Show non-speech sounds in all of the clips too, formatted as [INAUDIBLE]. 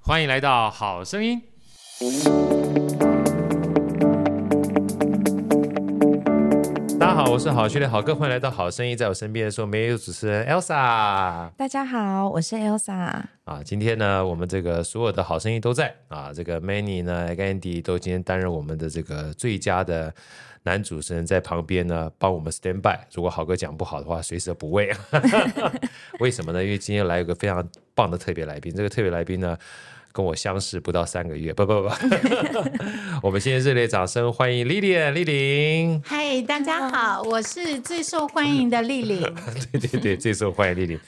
欢迎来到《好声音》。大家好，我是好训练好哥，欢迎来到《好声音》。在我身边的是我们也有主持人 Elsa。大家好，我是 [LAUGHS] Elsa。啊，今天呢，我们这个所有的好声音都在啊，这个 Many 呢跟 Andy 都今天担任我们的这个最佳的男主持人，在旁边呢帮我们 stand by。如果好哥讲不好的话，随时补位。 [LAUGHS] 为什么呢？因为今天来有个非常棒的特别来宾，这个特别来宾呢跟我相识不到三个月，不不 [LAUGHS] 不，我们先热烈掌声欢迎 Lilian [LAUGHS] 丽玲。嗨，大家好，我是最受欢迎的丽玲，嗯对对对，最受欢迎丽玲，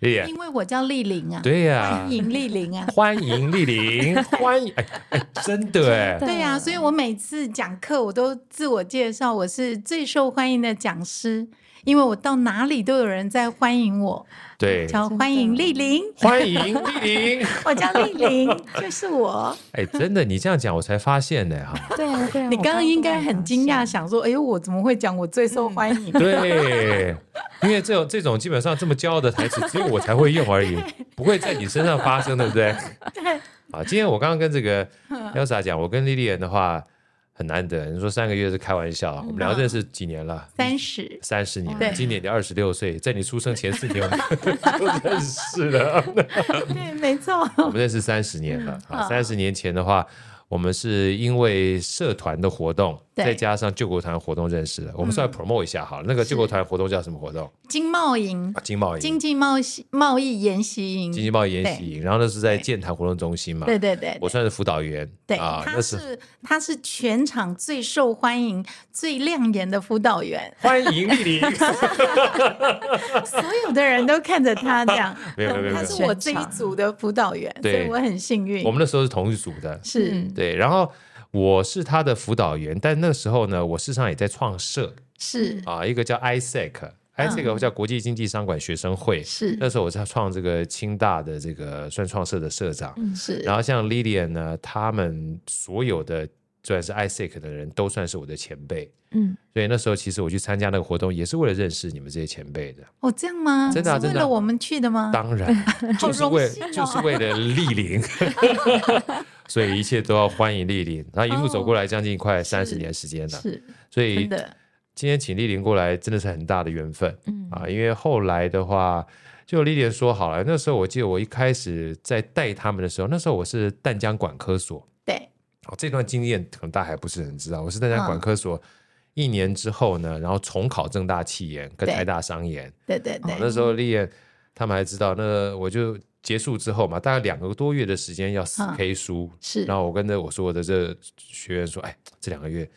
丽玲，因为我叫丽玲啊，对呀、。[LAUGHS] 欢迎丽 [LAUGHS] 玲啊欢迎丽玲，欢迎，哎哎，真的哎。啊对呀、所以我每次讲课，我都自我介绍我是最受欢迎的讲师，因为我到哪里都有人在欢迎我，对，叫欢迎丽玲，欢迎莅 [LAUGHS] 临。我叫丽 [LAUGHS] 玲，就是我。哎，真的，你这样讲我才发现呢哈。对啊，对啊，你我刚刚应该很惊讶，刚嗯想说，哎呦，我怎么会讲我最受欢迎？对，因为这种这种基本上这么骄傲的台词，只有我才会用而 [LAUGHS] 已，不会在你身上发生，对不对？啊，今天我刚刚跟这个嗯 Elsa 讲，我跟莉莉安的话很难得，你说三个月是开玩笑啊，我们两个认识几年了？嗯三十，三十年了，对今年你二十六岁，在你出生前四年我们就认识了。对，没错，我们认识三十年了嗯啊，三十年前的话，我们是因为社团的活动，对嗯再加上救国团活动认识的。我们稍微 promote 一下好了，那个救国团活动叫什么活动？经贸营啊，经贸营、经济贸易贸易研习营，经济贸易研习营，然后那是在建潭活动中心嘛。对对对，对我算是辅导员，对，啊，他那是，是他是全场最受欢迎、最亮眼的辅导员欢迎莅 [LAUGHS] 临。所有的人都看着他这样。 [LAUGHS] 没有没有没有没他有是我这一组的辅导员，所对以我很幸运我。们那时候是同一组的，是对，然后。我是他的辅导员，但那时候呢，我事实上也在创社是啊，一个叫嗯 ISEC，ISEC E 叫国际经济商管学生会，是那时候我在创这个清大的这个算创社的社长，嗯是然后像 Lilian 呢，他们所有的虽然是 ISEC 的人都算是我的前辈，嗯，所以那时候其实我去参加那个活动也是为了认识你们这些前辈的，哦，这样吗？真的啊是为真的啊了我们去的吗？ [LAUGHS] 当然就是为、哦就是为了莅临， [LAUGHS] 所以一切都要欢迎莅临。然后一路走过来将近快三十年时间了，哦是所真以的，今天请丽玲过来真的是很大的缘分，嗯 [LAUGHS] 啊，因为后来的话，就丽莲说好了，那时候我记得我一开始在带他们的时候，那时候我是淡江管科所，对哦，这段经验可能大家还不是很知道，我是淡江嗯管科所、一年之后呢，然后重考正大气研跟对台大商研，对对哦那对，时候丽莲他们还知道，那我就结束之后嘛，大概两个多月的时间要死嗯 K 书，是然后我跟着我所有的这学员说，哎，这两个月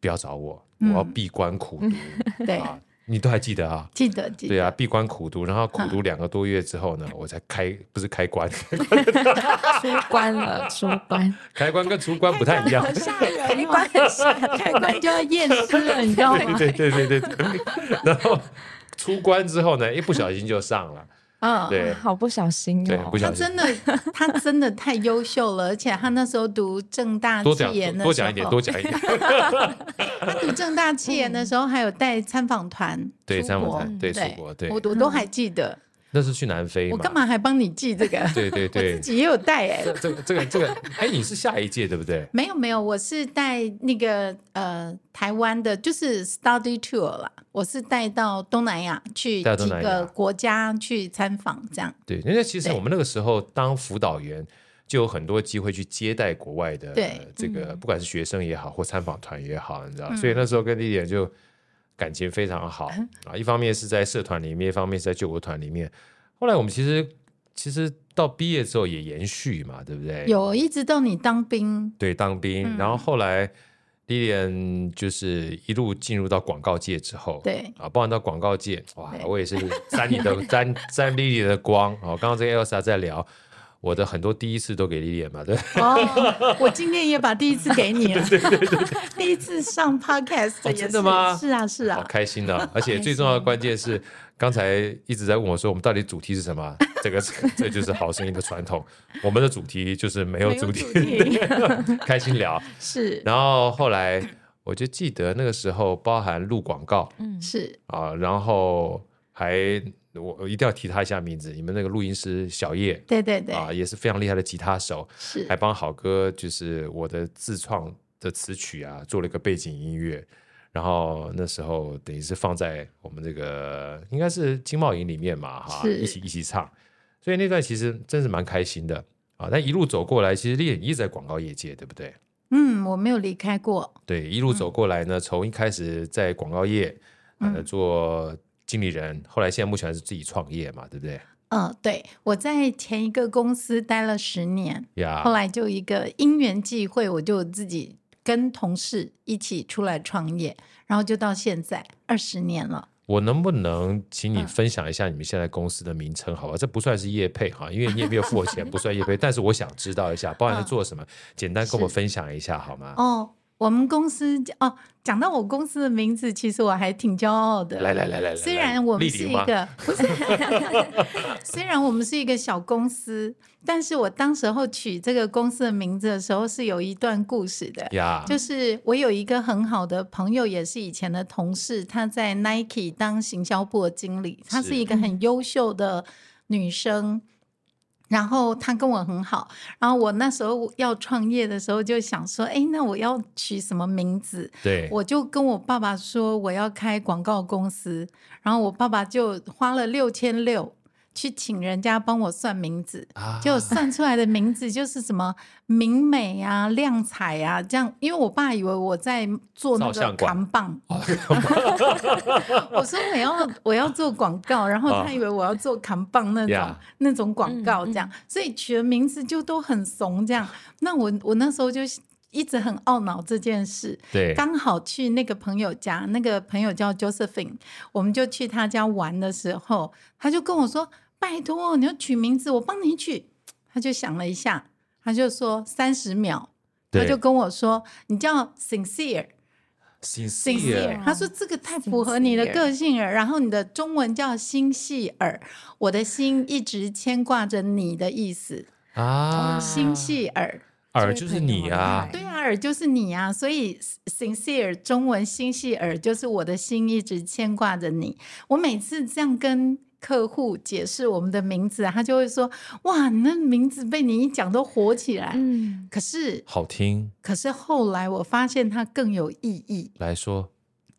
不要找我，我要嗯闭关苦 [LAUGHS] 读。对，啊，你都还记得啊？记得记对得，啊，闭关苦读，然后嗯苦读两个多月之后呢，我才开，不是开关， [LAUGHS] 出关了，出关，开关跟出关不太一 [LAUGHS] 样。吓人哦，开关就要验尸了，你知道吗？对对对对对， [LAUGHS] 然后出关之后呢，一不小心就上了，嗯，对好不小心对，哦不。他小心。真的，他真的太优秀了，而且他那时候读正大多气讲研的时候，多讲一点，多讲一点。 [LAUGHS] 他读正大气研的时候，还有带参访团，对，出三五国三，对，出国，对我，我都还记得，那是去南非嘛？我干？嘛还帮你记这个？对对 [LAUGHS] 我自对，己也有带哎、这这个这个这个，哎，你是下一届对不对？没有没有，我是带那个呃台湾的，就是 study tour 啦，我是带到东南亚去带到几东南亚个国家去参访，这样对，因为其实对我们那个时候当辅导员，就有很多机会去接待国外的对嗯呃这个，不管是学生也好，或参访团也好，你知道，所以那时候跟丽莲就感情非常好嗯啊。一方面是在社团里面，一方面是在救国团里面。后来我们其实其实到毕业之后也延续嘛，对不对？有嗯一直到你当兵，对当兵，然后后来丽莲就是一路进入到广告界之后，对啊，包含到广告界，哇，对我也是沾你的沾沾莉莉的光哦。刚刚这个 Elsa 在聊，我的很多第一次都给莉莉嘛，对，哦，我今天也把第一次给你 [LAUGHS] 了，第一次上 podcast 哦也是、真的吗是啊，是好啊，开心啊！而且最重要的关键是，刚才一直在问我说，我们到底主题是什么啊？这 [LAUGHS] 个这就是好声音的传统，我们的主题就是没有没有主题，主题对 [LAUGHS] 开心聊。是然后后来我就记得那个时候，包含录广告是啊，然后还我我一定要提他一下名字，你们那个录音师小叶对对对，啊，也是非常厉害的吉他手，是还帮好哥就是我的自创的词曲啊做了一个背景音乐，然后那时候等于是放在我们这个应该是经贸营里面嘛哈，是一起一起唱，所以那段其实真是蛮开心的啊。但一路走过来，其实丽颖一直在广告业界，对不对？嗯，我没有离开过，对，一路走过来呢，从一开始在广告业呃嗯做经理人，后来现在目前还是自己创业嘛，对不对？嗯，对，我在前一个公司待了十年，呀、后来就一个因缘际会，我就自己跟同事一起出来创业，然后就到现在二十年了。我能不能请你嗯分享一下你们现在公司的名称，好吧？这不算是业配哈，因为你也没有付我 [LAUGHS] 钱，不算业配。但是我想知道一下，包含是嗯做什么，简单跟我是分享一下好吗？哦，我们公司哦，讲到我公司的名字，其实我还挺骄傲的。来来来来来， [LAUGHS] 虽来然我丽们是玲一吗个不是， [LAUGHS] 虽然我们是一个小公司，但是我当时候取这个公司的名字的时候是有一段故事的。呀，就是我有一个很好的朋友，也是以前的同事，她在 Nike 当行销部的经理，她是是一个很优秀的女生。然后她跟我很好，然后我那时候要创业的时候就想说，哎，那我要取什么名字？对，我就跟我爸爸说我要开广告公司，然后我爸爸就花了六千六去请人家帮我算名字，啊就算出来的名字就是什么明美啊、亮彩啊这样，因为我爸以为我在做那照个相馆哦扛棒， [LAUGHS] 我说我要我要做广告，然后啊他以为我要做扛棒那种、 Yeah 那种广告这样，嗯所以取的名字就都很怂这样。那我我那时候就一直很懊恼这件事，对，刚好去那个朋友家，那个朋友叫 Josephine，我们就去他家玩的时候，他就跟我说：“拜托，你要取名字，我帮你取。”他就想了一下，他就说三十秒，他对就跟我说：“你叫 Sincere。” sincere， sincere，他说这个太符合你的个性了。然后你的中文叫心细耳，我的心一直牵挂着你的意思，啊，心细耳。耳就是你啊，对啊，耳就是你啊，所以 sincere 中文心细耳就是我的心一直牵挂着你。我每次这样跟客户解释我们的名字啊，他就会说：“哇，你那名字被你一讲都火起来。嗯，可是，好听可是后来我发现它更有意义。来说，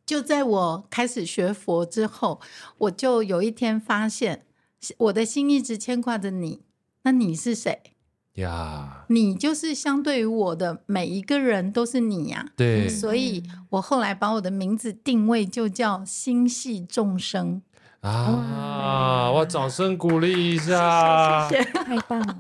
就在我开始学佛之后，我就有一天发现，我的心一直牵挂着你。那你是谁？呀，你就是相对于我的每一个人都是你呀、对，嗯所以我后来把我的名字定位就叫心系众生。啊，我掌声鼓励一下，哦谢谢太棒了，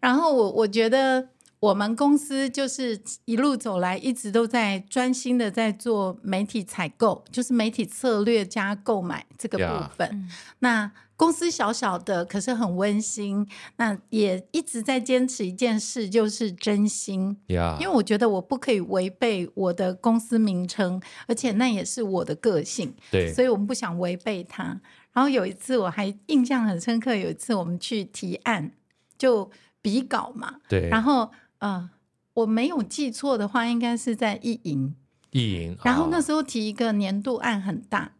然后我我觉得我们公司就是一路走来一直都在专心的在做媒体采购，就是媒体策略加购买这个 Yeah 部分。嗯那公司小小的，可是很温馨。那也一直在坚持一件事，就是真心。呀，因为我觉得我不可以违背我的公司名称，而且那也是我的个性，对所以我们不想违背它。然后有一次我还印象很深刻，有一次我们去提案，就比稿嘛，对，然后呃，我没有记错的话，应该是在意营，意淫，然后啊那时候提一个年度案很大，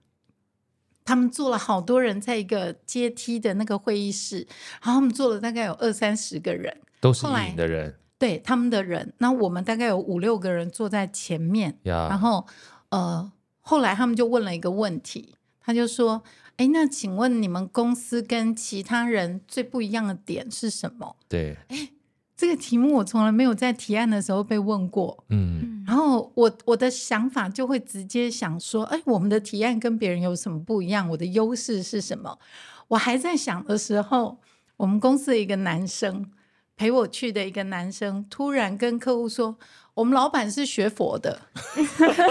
他们做了好多人在一个阶梯的那个会议室，然后他们做了大概有二三十个人。都是后意来淫的人对他们的人，那我们大概有五六个人坐在前面，呀，然后呃，后来他们就问了一个问题，他就说：“哎，那请问你们公司跟其他人最不一样的点是什么对，？”这个题目我从来没有在提案的时候被问过，嗯，嗯然后我我的想法就会直接想说：“哎，我们的提案跟别人有什么不一样？我的优势是什么？”我还在想的时候，我们公司的一个男生陪我去的一个男生，突然跟客户说：“我们老板是学佛的。” [LAUGHS]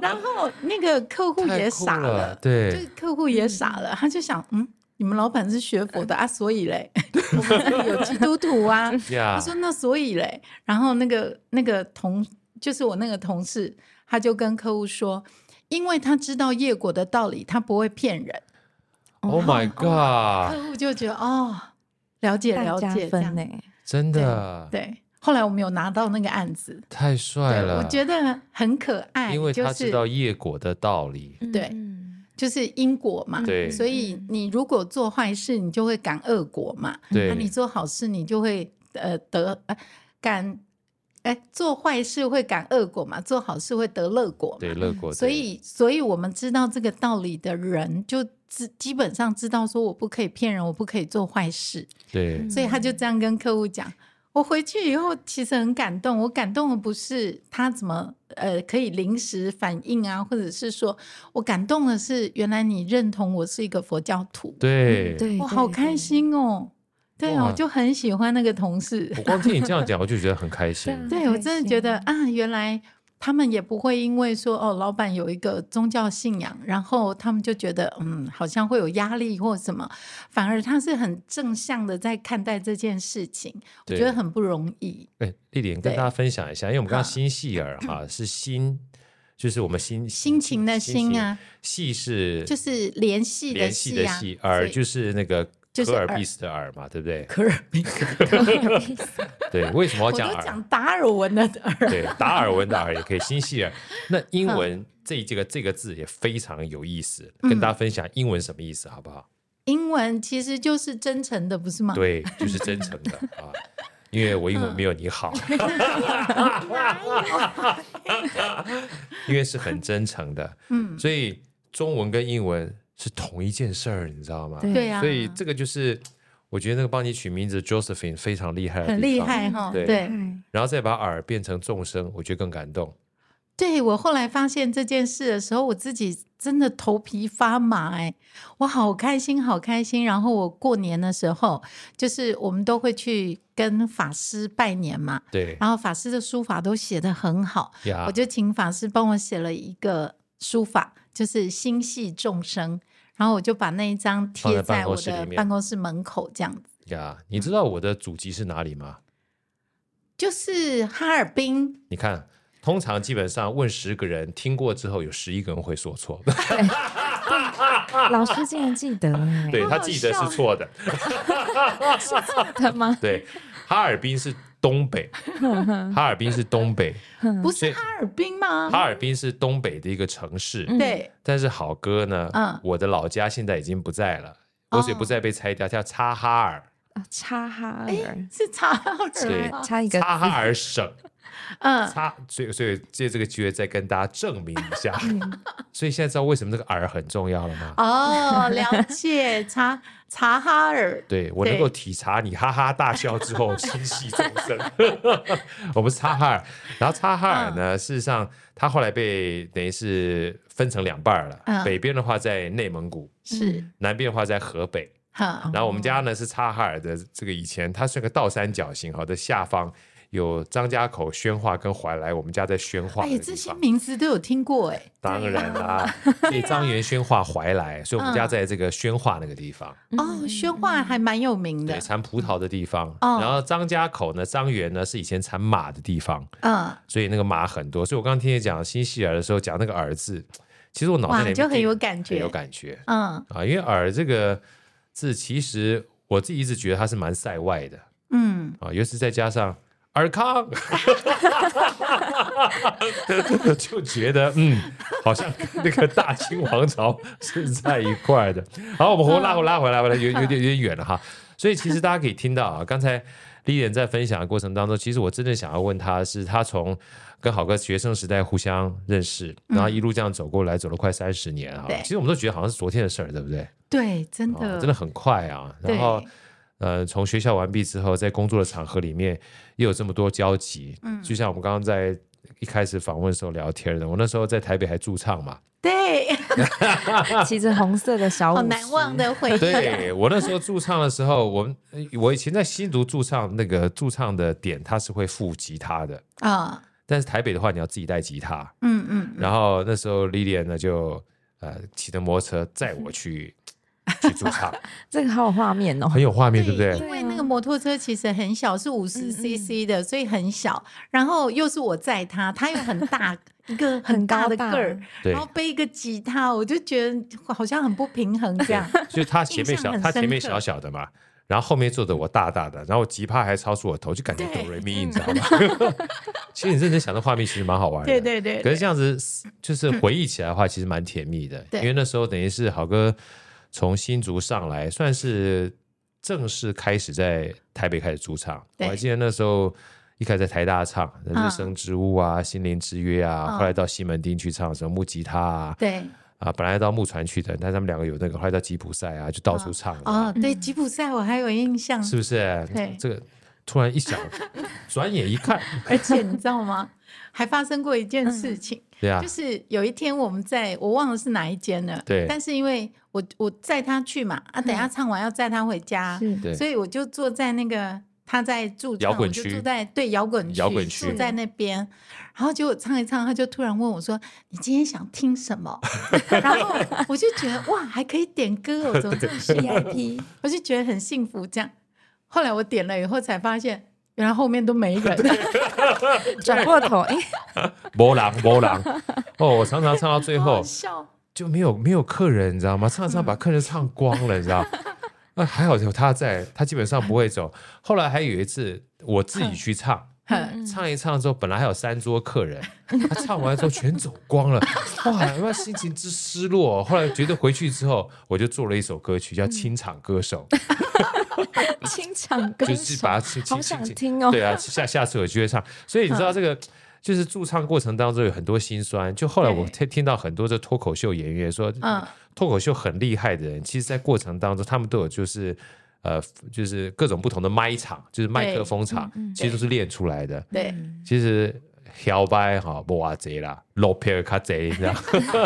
然后那个客户太也酷傻了，了，就对是，客户也傻了，他就想：“嗯，你们老板是学佛的啊，所以 [LAUGHS] 嘞，我们这里有基督徒啊。”呀他说：“那所以嘞。”然后那个那个同就是我那个同事，他就跟客户说：“因为他知道业果的道理，他不会骗人。”哦，Oh my God，客户就觉得哦，了解大了加解，这分样呢，真的对。后来我们有拿到那个案子，太帅对，了，我觉得很可爱，因为就他是知道业果的道理，嗯对嗯就是因果嘛。对所以你如果做坏事，你就会感恶果嘛。对那、你做好事，你就会呃得呃感哎做坏事会感恶果嘛，做好事会得乐果对嘛。乐果，所对以，所以我们知道这个道理的人，就知基本上知道说我不可以骗人，我不可以做坏事。对嗯所以他就这样跟客户讲。我回去以后其实很感动，我感动的不是他怎么呃可以临时反应啊，或者是说我感动的是原来你认同我是一个佛教徒，对对，我好开心哦。对啊，哇我就很喜欢那个同事我。光听你这样讲，我就觉得很开心。对 [LAUGHS] 对很我开真的觉得心啊，原来他们也不会因为说哦，老板有一个宗教信仰，然后他们就觉得嗯，好像会有压力或什么，反而他是很正向的在看待这件事情，我觉对得很不容易。哎，丽玲跟对大家分享一下，因为我们刚刚好嗯心细儿哈是心，就是我们嗯心心情的心，啊，细是就是联系联系系的啊，系，耳所以就是那个就是科尔耳必斯的耳嘛，对不对？科尔宾，对，为什么要我讲都耳讲？达尔文的 [LAUGHS] 耳，对，达尔文的耳也可以，心细耳。那英嗯文这这个这个字也非常有意思，跟大家分享英文什么意思，好不好？英文其实就是真诚的，不是吗？对，就是真诚 [LAUGHS] 的啊，因为我英文没有你好， [LAUGHS] 因为是很真诚的， [LAUGHS] 嗯，所以中文跟英文是同一件事儿，你知道吗？对对啊，所以这个就是我觉得那个帮你取名字 Josephine 非常厉害，很厉。害哈，对对。然后再把耳变成众生，我觉得更感动。对我后来发现这件事的时候，我自己真的头皮发麻哎、我好开心，好开心。然后我过年的时候，就是我们都会去跟法师拜年嘛，对然后法师的书法都写得很好，呀啊我，就请法师帮我写了一个书法，就是心系众生。然后我就把那一张放在贴办在公我室里的面办公室门口，这样子，呀，嗯你知道我的祖籍是哪里吗？就是哈尔滨。你看，通常基本上问十个人，听过之后有十一个人会说错，哎老师竟然记得哎， [LAUGHS] 对好 [LAUGHS] 他好记得笑啊是错的。 [LAUGHS] 的吗？对，哈尔滨是东北，哈尔滨是东北，不所以是哈尔滨吗？哈尔滨是东北的一个城市。嗯对，但是好哥呢，嗯哦我的老家现在已经不在了，我所以不再被拆掉，叫察哈尔，啊，插哈尔， [LAUGHS] 是察哈尔对吗插？插一个察哈尔省。嗯，差，所以所以借这个机会再跟大家证明一下。嗯 [LAUGHS] 所以现在知道为什么这个耳很重要了吗？哦，了解，察察哈尔，嗯对我能对够体察你哈哈大笑之 [LAUGHS] 后心系众生， [LAUGHS] 我们是察哈尔，然后察哈尔嗯呢，事实上它后来被等于是分成两半儿了，嗯北边的话在内蒙古，是南边的话在河北。哈，哎然后我们家呢是察哈尔的这个以前它是个倒三角形哈的下方有张家口、宣化跟怀来，我们家在宣化的哎，地方。这些名字都有听过哎，当然啦，所以张元宣化怀来，所以我们嗯家在这个宣化那个地方，嗯哦，宣化还蛮有名对，的，产葡萄的地方。哦然后张家口呢，张元呢是以前产马的地方，嗯，所以那个马很多。所以我刚刚听你讲新西尔的时候，讲那个耳字，其实我脑袋里面哇就很有定感觉很有感觉嗯啊，因为耳这个字，其实我自己一直觉得它是蛮塞外的嗯，啊，尤其再加上。尔康，就觉得嗯，好像跟那个大清王朝是在一块儿的。好，我们回拉回拉回来，回来有有点有点远了哈。所以其实大家可以听到啊，刚才丽莲在分享的过程当中，其实我真的想要问她是，她从跟好哥学生时代互相认识，然后一路这样走过来，走了快三十年啊对。其实我们都觉得好像是昨天的事儿，对不对？对，真啊的，真的很快啊。然后对，呃，从学校完毕之后，在工作的场合里面也有这么多交集。嗯，就像我们刚刚在一开始访问的时候聊天的，我那时候在台北还驻唱 [LAUGHS] 嘛，对，骑着红色的小好舞，难忘的回忆，对我那时候驻唱的时候，我们呃我以前在新竹驻唱，那个驻唱的点它是会附吉他的，啊，但是台北的话你要自己带吉他。嗯嗯，然后那时候 Lilian 呢就呃骑着摩托车载我 [LAUGHS] 去去驻唱，这个好有画面哦。很有画面，对不对？因为那个摩托车其实很小，是五嗯十 CC 的，所以很小。然后又是我载他，他又很大一个很大的很高大个儿，对然后背一个吉他，我就觉得好像很不平衡这样。 [LAUGHS] 所以他前面印象小，很他前面深刻小小的嘛，然后后面坐着我大大的，然后我吉他还超出我头，就感觉对嗯哆瑞咪，你知道吗？ [LAUGHS] 其实你认真想，那画面其实蛮好玩的。对对对，可是这样子就是回忆起来的话，其实蛮甜蜜的，对因为那时候等于是好哥从新竹上来，算是正式开始在台北开始驻唱。我对还记得那时候一开始在台大唱《嗯日升之屋》啊，心灵之约》啊，嗯后来到西门町去唱什么木吉他啊，对啊，本来到木船去的，但他们两个有那个，后来到吉普赛啊，就到处唱啊哦，对吉普赛我还有印象，是不是对？这个突然一想，转眼一看，而且你知道吗？ [LAUGHS] 还发生过一件事情，对啊就，是有一天我们在我忘了是哪一间了，对但是因为我我载他去嘛，啊，等一下唱完要载他回家，是对所以我就坐在那个他在驻唱，摇滚我就区住在对摇滚摇滚区住在那边，然后结果唱一唱，他就突然问我说：“你今天想听什么？”然后 [LAUGHS] 我就觉得哇，还可以点歌哦，怎么这么厉害？ [LAUGHS] VIP，我就觉得很幸福这样。后来我点了以后才发现，原来后面都没 [LAUGHS] 人。转过头，嗯哎，波浪波 [LAUGHS] 浪。哦，我常常唱到最好后好， [LAUGHS] 笑，嗯就没有没有客人，你知道吗？唱着唱着把客人唱光了，你知 [LAUGHS] 道？那还好有他在，他基本上不会走。后来还有一次我自嗯己去唱，哎哼嗯唱一唱之后，本来还有三桌客人， [LAUGHS] 他唱完之后全走光了，哇，那心情之失落。后来觉得回去之后，我就做了一首歌曲叫《清场歌手》，嗯清唱 [LAUGHS] 歌就是手，把它清清好清想清。听哦。 [LAUGHS] 嗯对啊，下下次有机会唱。所以你知道这个。就是驻唱过程当中有很多心酸，就后来我听听到很多这脱口秀演员说，嗯，脱口秀很厉害的人，其实，在过程当中，他们都有就是呃，就是各种不同的麦场，就是麦克风场，嗯其实都是练出来的。对，其实摇摆哈，不哇贼啦，露皮尔卡贼，你知道，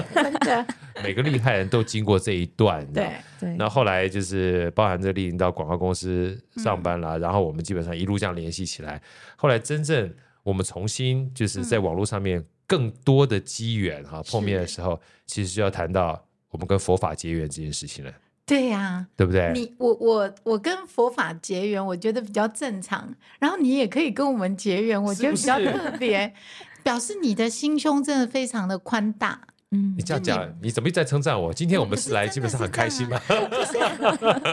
[LAUGHS] 真的，每个厉害人都经过这一段，你知道。对，对那后来就是包含这丽颖到广告公司上班嗯啦，然后我们基本上一路这样联系起来。后来真正我们重新就是嗯在网络上面更多的机缘哈、碰面的时候，其实就要谈到我们跟佛法结缘这件事情了，对呀、对不对？你我我我跟佛法结缘，我觉得比较正常。然后你也可以跟我们结缘，我觉得比较是不是特别， [LAUGHS] 表示你的心胸真的非常的宽大。 [LAUGHS] 嗯你，这样讲，你怎么一直在称赞我？今天我们是来，基本上很开心嘛。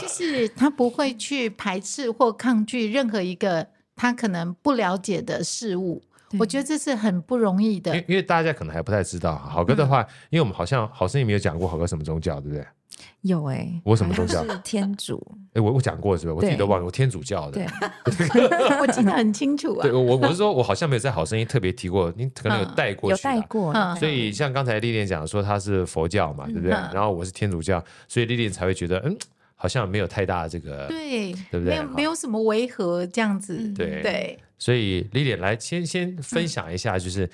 就是 [LAUGHS] 他不会去排斥或抗拒任何一个他可能不了解的事物，对我觉得这是很不容易因为的。因为大家可能还不太知道，好哥的话，嗯因为我们好像好声音没有讲过好哥什么宗教，对不对？有哎，我什么啊好像宗教是天主，哎，我我讲过是不是？我自己对都忘了，我天主教的对。，我记得很清楚啊对，，我我我是说，我好像没有在好声音特别提过，你可能有嗯带过有去啦带过嗯，所以像刚才丽莲讲说她是佛教嘛，对不对？嗯然后我是天主教，所以丽莲才会觉得，嗯，好像没有太大的这个，对，对不对没有哈没有什么违和这样子嗯，对对。所以丽莲来先先分享一下，嗯就是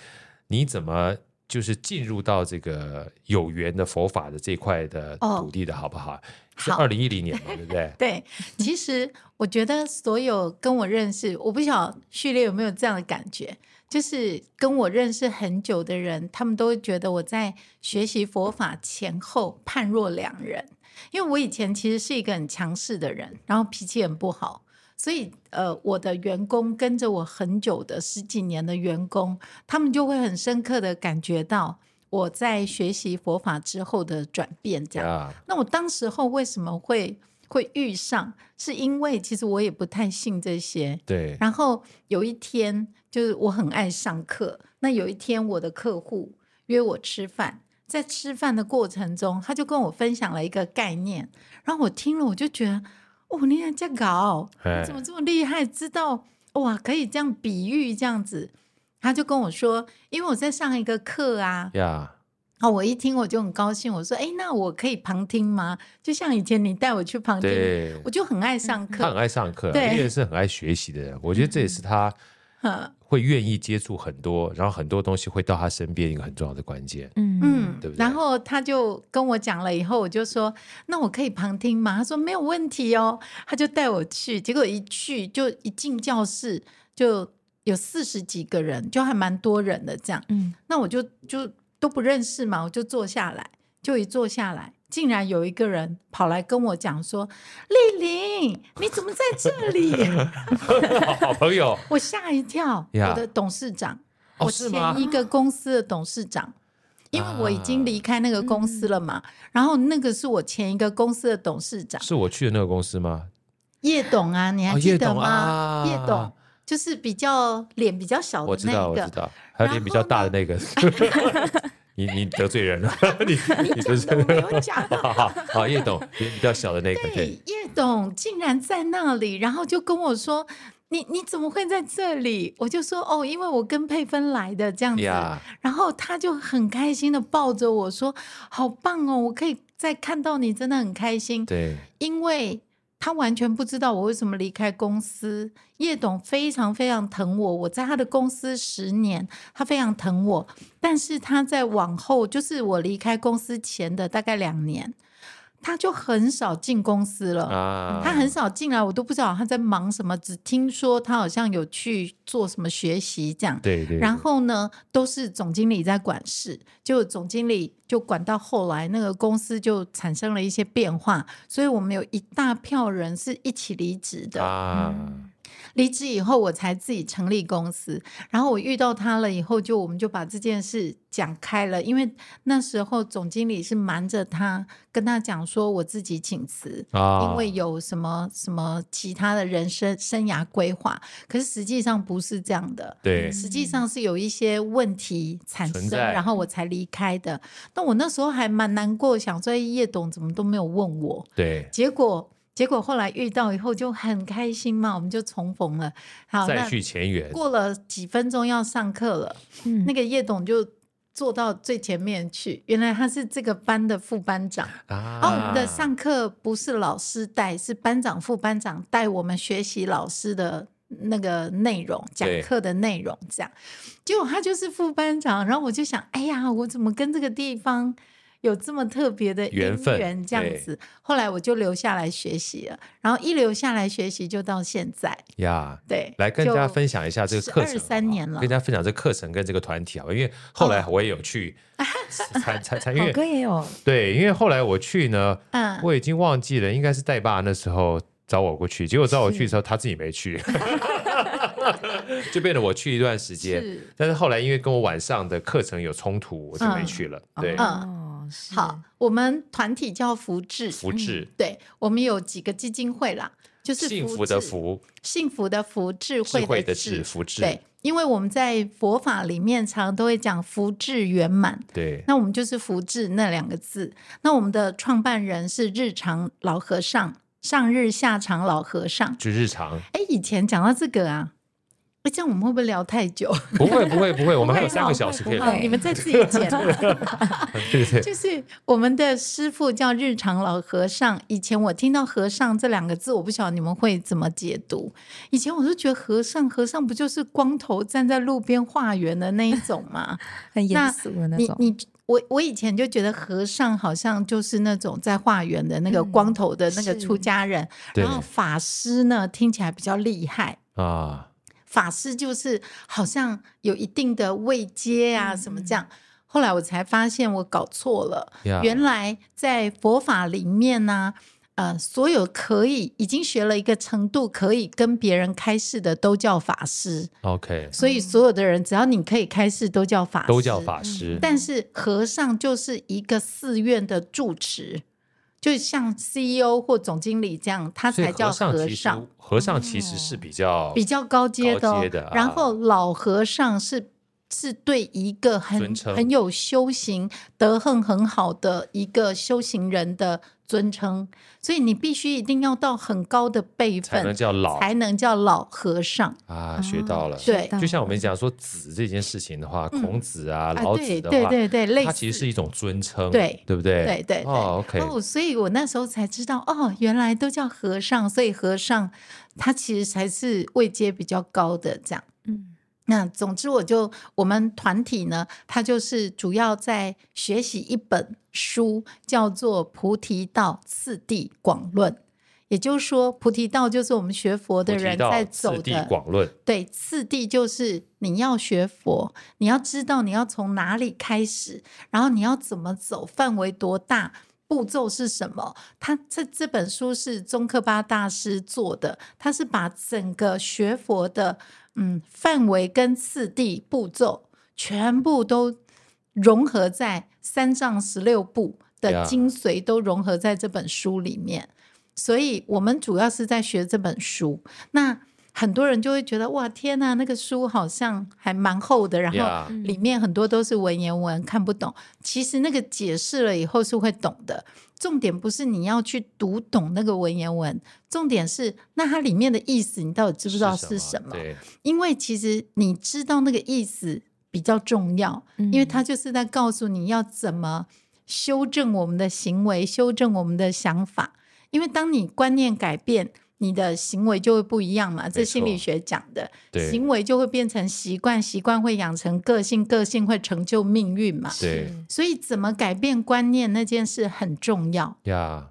你怎么就是进入到这个有缘的佛法的这块的哦土地的好不好？是好？二零一零年嘛，对不对对，其实我觉得所有跟我认识，我不晓得序列有没有这样的感觉，就是跟我认识很久的人，他们都会觉得我在学习佛法前后判若两人。因为我以前其实是一个很强势的人，然后脾气很不好，所以呃，我的员工跟着我很久的十几年的员工，他们就会很深刻的感觉到我在学习佛法之后的转变，这样。啊，那我当时候为什么会会遇上？是因为其实我也不太信这些。对，然后有一天，就是我很爱上课。那有一天，我的客户约我吃饭，在吃饭的过程中，他就跟我分享了一个概念，然后我听了，我就觉得，哦，你看这搞，哎你怎么这么厉害？知道哇，可以这样比喻这样子。他就跟我说，因为我在上一个课啊，呀，哦，我一听我就很高兴，我说：“哎，那我可以旁听吗？”就像以前你带我去旁听，对，我就很爱上他很课。爱上课，丽对莲是很爱学习的人，我觉得这也是他嗯会愿意接触很多，然后很多东西会到他身边一个很重要的关键。 [LAUGHS] 嗯嗯对不对然后他就跟我讲了以后，我就说：“那我可以旁听吗？”他说：“没有问题哦。”他就带我去，结果一去就一进教室就有四十几个人，就还蛮多人的这样。嗯那我就就都不认识嘛，我就坐下来，就一坐下来，竟然有一个人跑来跟我讲说：“丽玲，你怎么在这里？”好好朋友，我吓一跳呀我的董事长，哦我是吗前一个公司的董 [LAUGHS] 事长，啊因为我已经离开那个公司了嘛。然后那个是我前一个公司的董事长，是我去的那个公司吗？叶董啊，你还哦记叶得董吗？啊叶董就是比较脸比较小我的知哦那道，我个知，道，还有脸比较大的那个， [LAUGHS] [LAUGHS] 你你得罪人了，你你得罪我没人了。有讲 [LAUGHS] 好好好好，叶董，脸比较小的那个，对对，叶董竟然在那里，然后就跟我说：“你你怎么会在这里？”我就说：“哦，因为我跟佩芬来的这样子。呀，然后他就很开心的抱着我说：“好棒哦，我可以再看到你，真的很开心。”对，因为他完全不知道我为什么离开公司。叶董非常非常疼我，我在他的公司十年，他非常疼我。但是他在往后，就是我离开公司前的大概两年，他就很少进公司了。啊，嗯他很少进来，我都不知道他在忙什么，只听说他好像有去做什么学习这样。对对，然对后呢，都是总经理在管事，就总经理就管到后来，那个公司就产生了一些变化，所以我们有一大票人是一起离职的。啊，嗯离职以后，我才自己成立公司。然后我遇到他了以后，就我们就把这件事讲开了，因为那时候总经理是瞒着他，跟他讲说我自己请辞。啊，因为有什么什么其他的人生生涯规划，可是实际上不是这样的。对实际上是有一些问题产存生，在然后我才离开的。那我那时候还蛮难过，想说哎叶董怎么都没有问我，对，结果结果后来遇到以后就很开心嘛，我们就重逢了。好，再那续前缘，过了几分钟要上课了，嗯那个叶董就坐到最前面去，原来他是这个班的副班长。啊，然后哦我们的上课不是老师带，是班长、副班长带我们学习老师的那个内容，讲对课的内容这样。结果他就是副班长，然后我就想，哎呀，我怎么跟这个地方有这么特别的缘姻分缘这样对子？后来我就留下来学习了，然后一留下来学习就到现在，呀。对，来跟大家就分享一下这个课程好不好，啊12 13年了跟大家分享这个课程跟这个团体啊，因为后来我也有去参参参，因好为哥也有，对，因为后来我去呢，嗯，我已经忘记了，应该是带爸那时候找我过去，结果找我去的时候他自己没去， [LAUGHS] 就变得我去一段时间。是但是后来因为跟我晚上的课程有冲突，我就没去了。对，哦，是嗯好，，我们团体叫福智，福智，对我们有几个基金会啦，嗯就是幸福的智福，幸福的福，智智慧慧的的智，福智，对，因为我们在佛法里面常都会讲福至圆满，对那我们就是福至那两个字。那我们的创办人是日常老和尚，上日下常老和尚。就日常，哎，以前讲到这个啊，哎，这样我们会不会聊太久？ [LAUGHS] 不会不会不会，我们还有不会三个哦小时可以不聊会，你们再自己剪啊。 [LAUGHS] 对对对，就是我们的师傅叫日常老和尚。以前我听到“和尚”这两个字，我不晓得你们会怎么解读。以前我就觉得和尚，和尚不就是光头站在路边化缘的那一种吗？很严肃的 [LAUGHS] 那你种，你我我以前就觉得和尚好像就是那种在化缘的那个光头的那个嗯是出家人，对然后法师呢听起来比较厉害。啊，法师就是好像有一定的位阶啊，什么这样。后来我才发现我搞错了，嗯呀原来在佛法里面呢、呃，所有可以已经学了一个程度，可以跟别人开示的都叫法师。 OK，所以所有的人，只要你可以开示，都叫法师。嗯都叫。法师，但是和尚就是一个寺院的住持，就像 CEO 或总经理这样，他所以才叫尚和其实尚。和尚其实是比较比较高阶的,、哦高阶的啊然后老和尚是是对一个很尊称很有修行、德行很好的一个修行人的尊称，所以你必须一定要到很高的辈分才能叫老才哦能叫老和尚。啊，学到哦了。对就像我们讲说子这件事情的话，孔子啊、老对子的嗯哎对话，对对，类它似其实是一种尊称，对对不对？对对对哦，OK，哦，所以我那时候才知道，哦，原来都叫和尚，所以和尚他其实才是位阶比较高的这样。嗯，那总之，我就我们团体呢，它就是主要在学习一本书，叫做《菩提道次第广论》。也就是说，菩提道就是我们学佛的我提人到在次走第的，广论，对，次第就是你要学佛，你要知道你要从哪里开始，然后你要怎么走，范围多大，步骤是什么。他这这本书是宗喀巴大师做的，他是把整个学佛的嗯范围跟次第步骤全部都融合在三藏十六部的呀精髓都融合在这本书里面。所以我们主要是在学这本书。那很多人就会觉得哇，天呐，那个书好像还蛮厚的，然后 Yeah 里面很多都是文言文，看不懂。其实那个解释了以后是会懂的。重点不是你要去读懂那个文言文，重点是那它里面的意思，你到底知不知道是什么？对，因为其实你知道那个意思比较重要，嗯因为嗯它就是在告诉你要怎么修正我们的行为，修正我们的想法。因为当你观念改变，你的行为就会不一样嘛，这没错心理学讲的对，行为就会变成习惯，习惯会养成个性，个性会成就命运嘛。对所以，怎么改变观念那件事很重要。呀，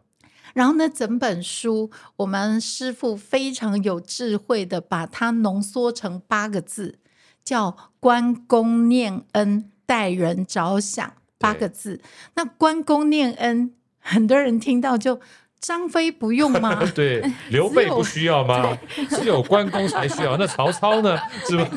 然后呢，整本书我们师傅非常有智慧的把它浓缩成八个字，叫“关公念恩，待人着想”八个字。那关公念恩，很多人听到就张飞不用吗？ [LAUGHS] 对，刘备不需要吗？只有关公才需要，那曹操呢？是吧？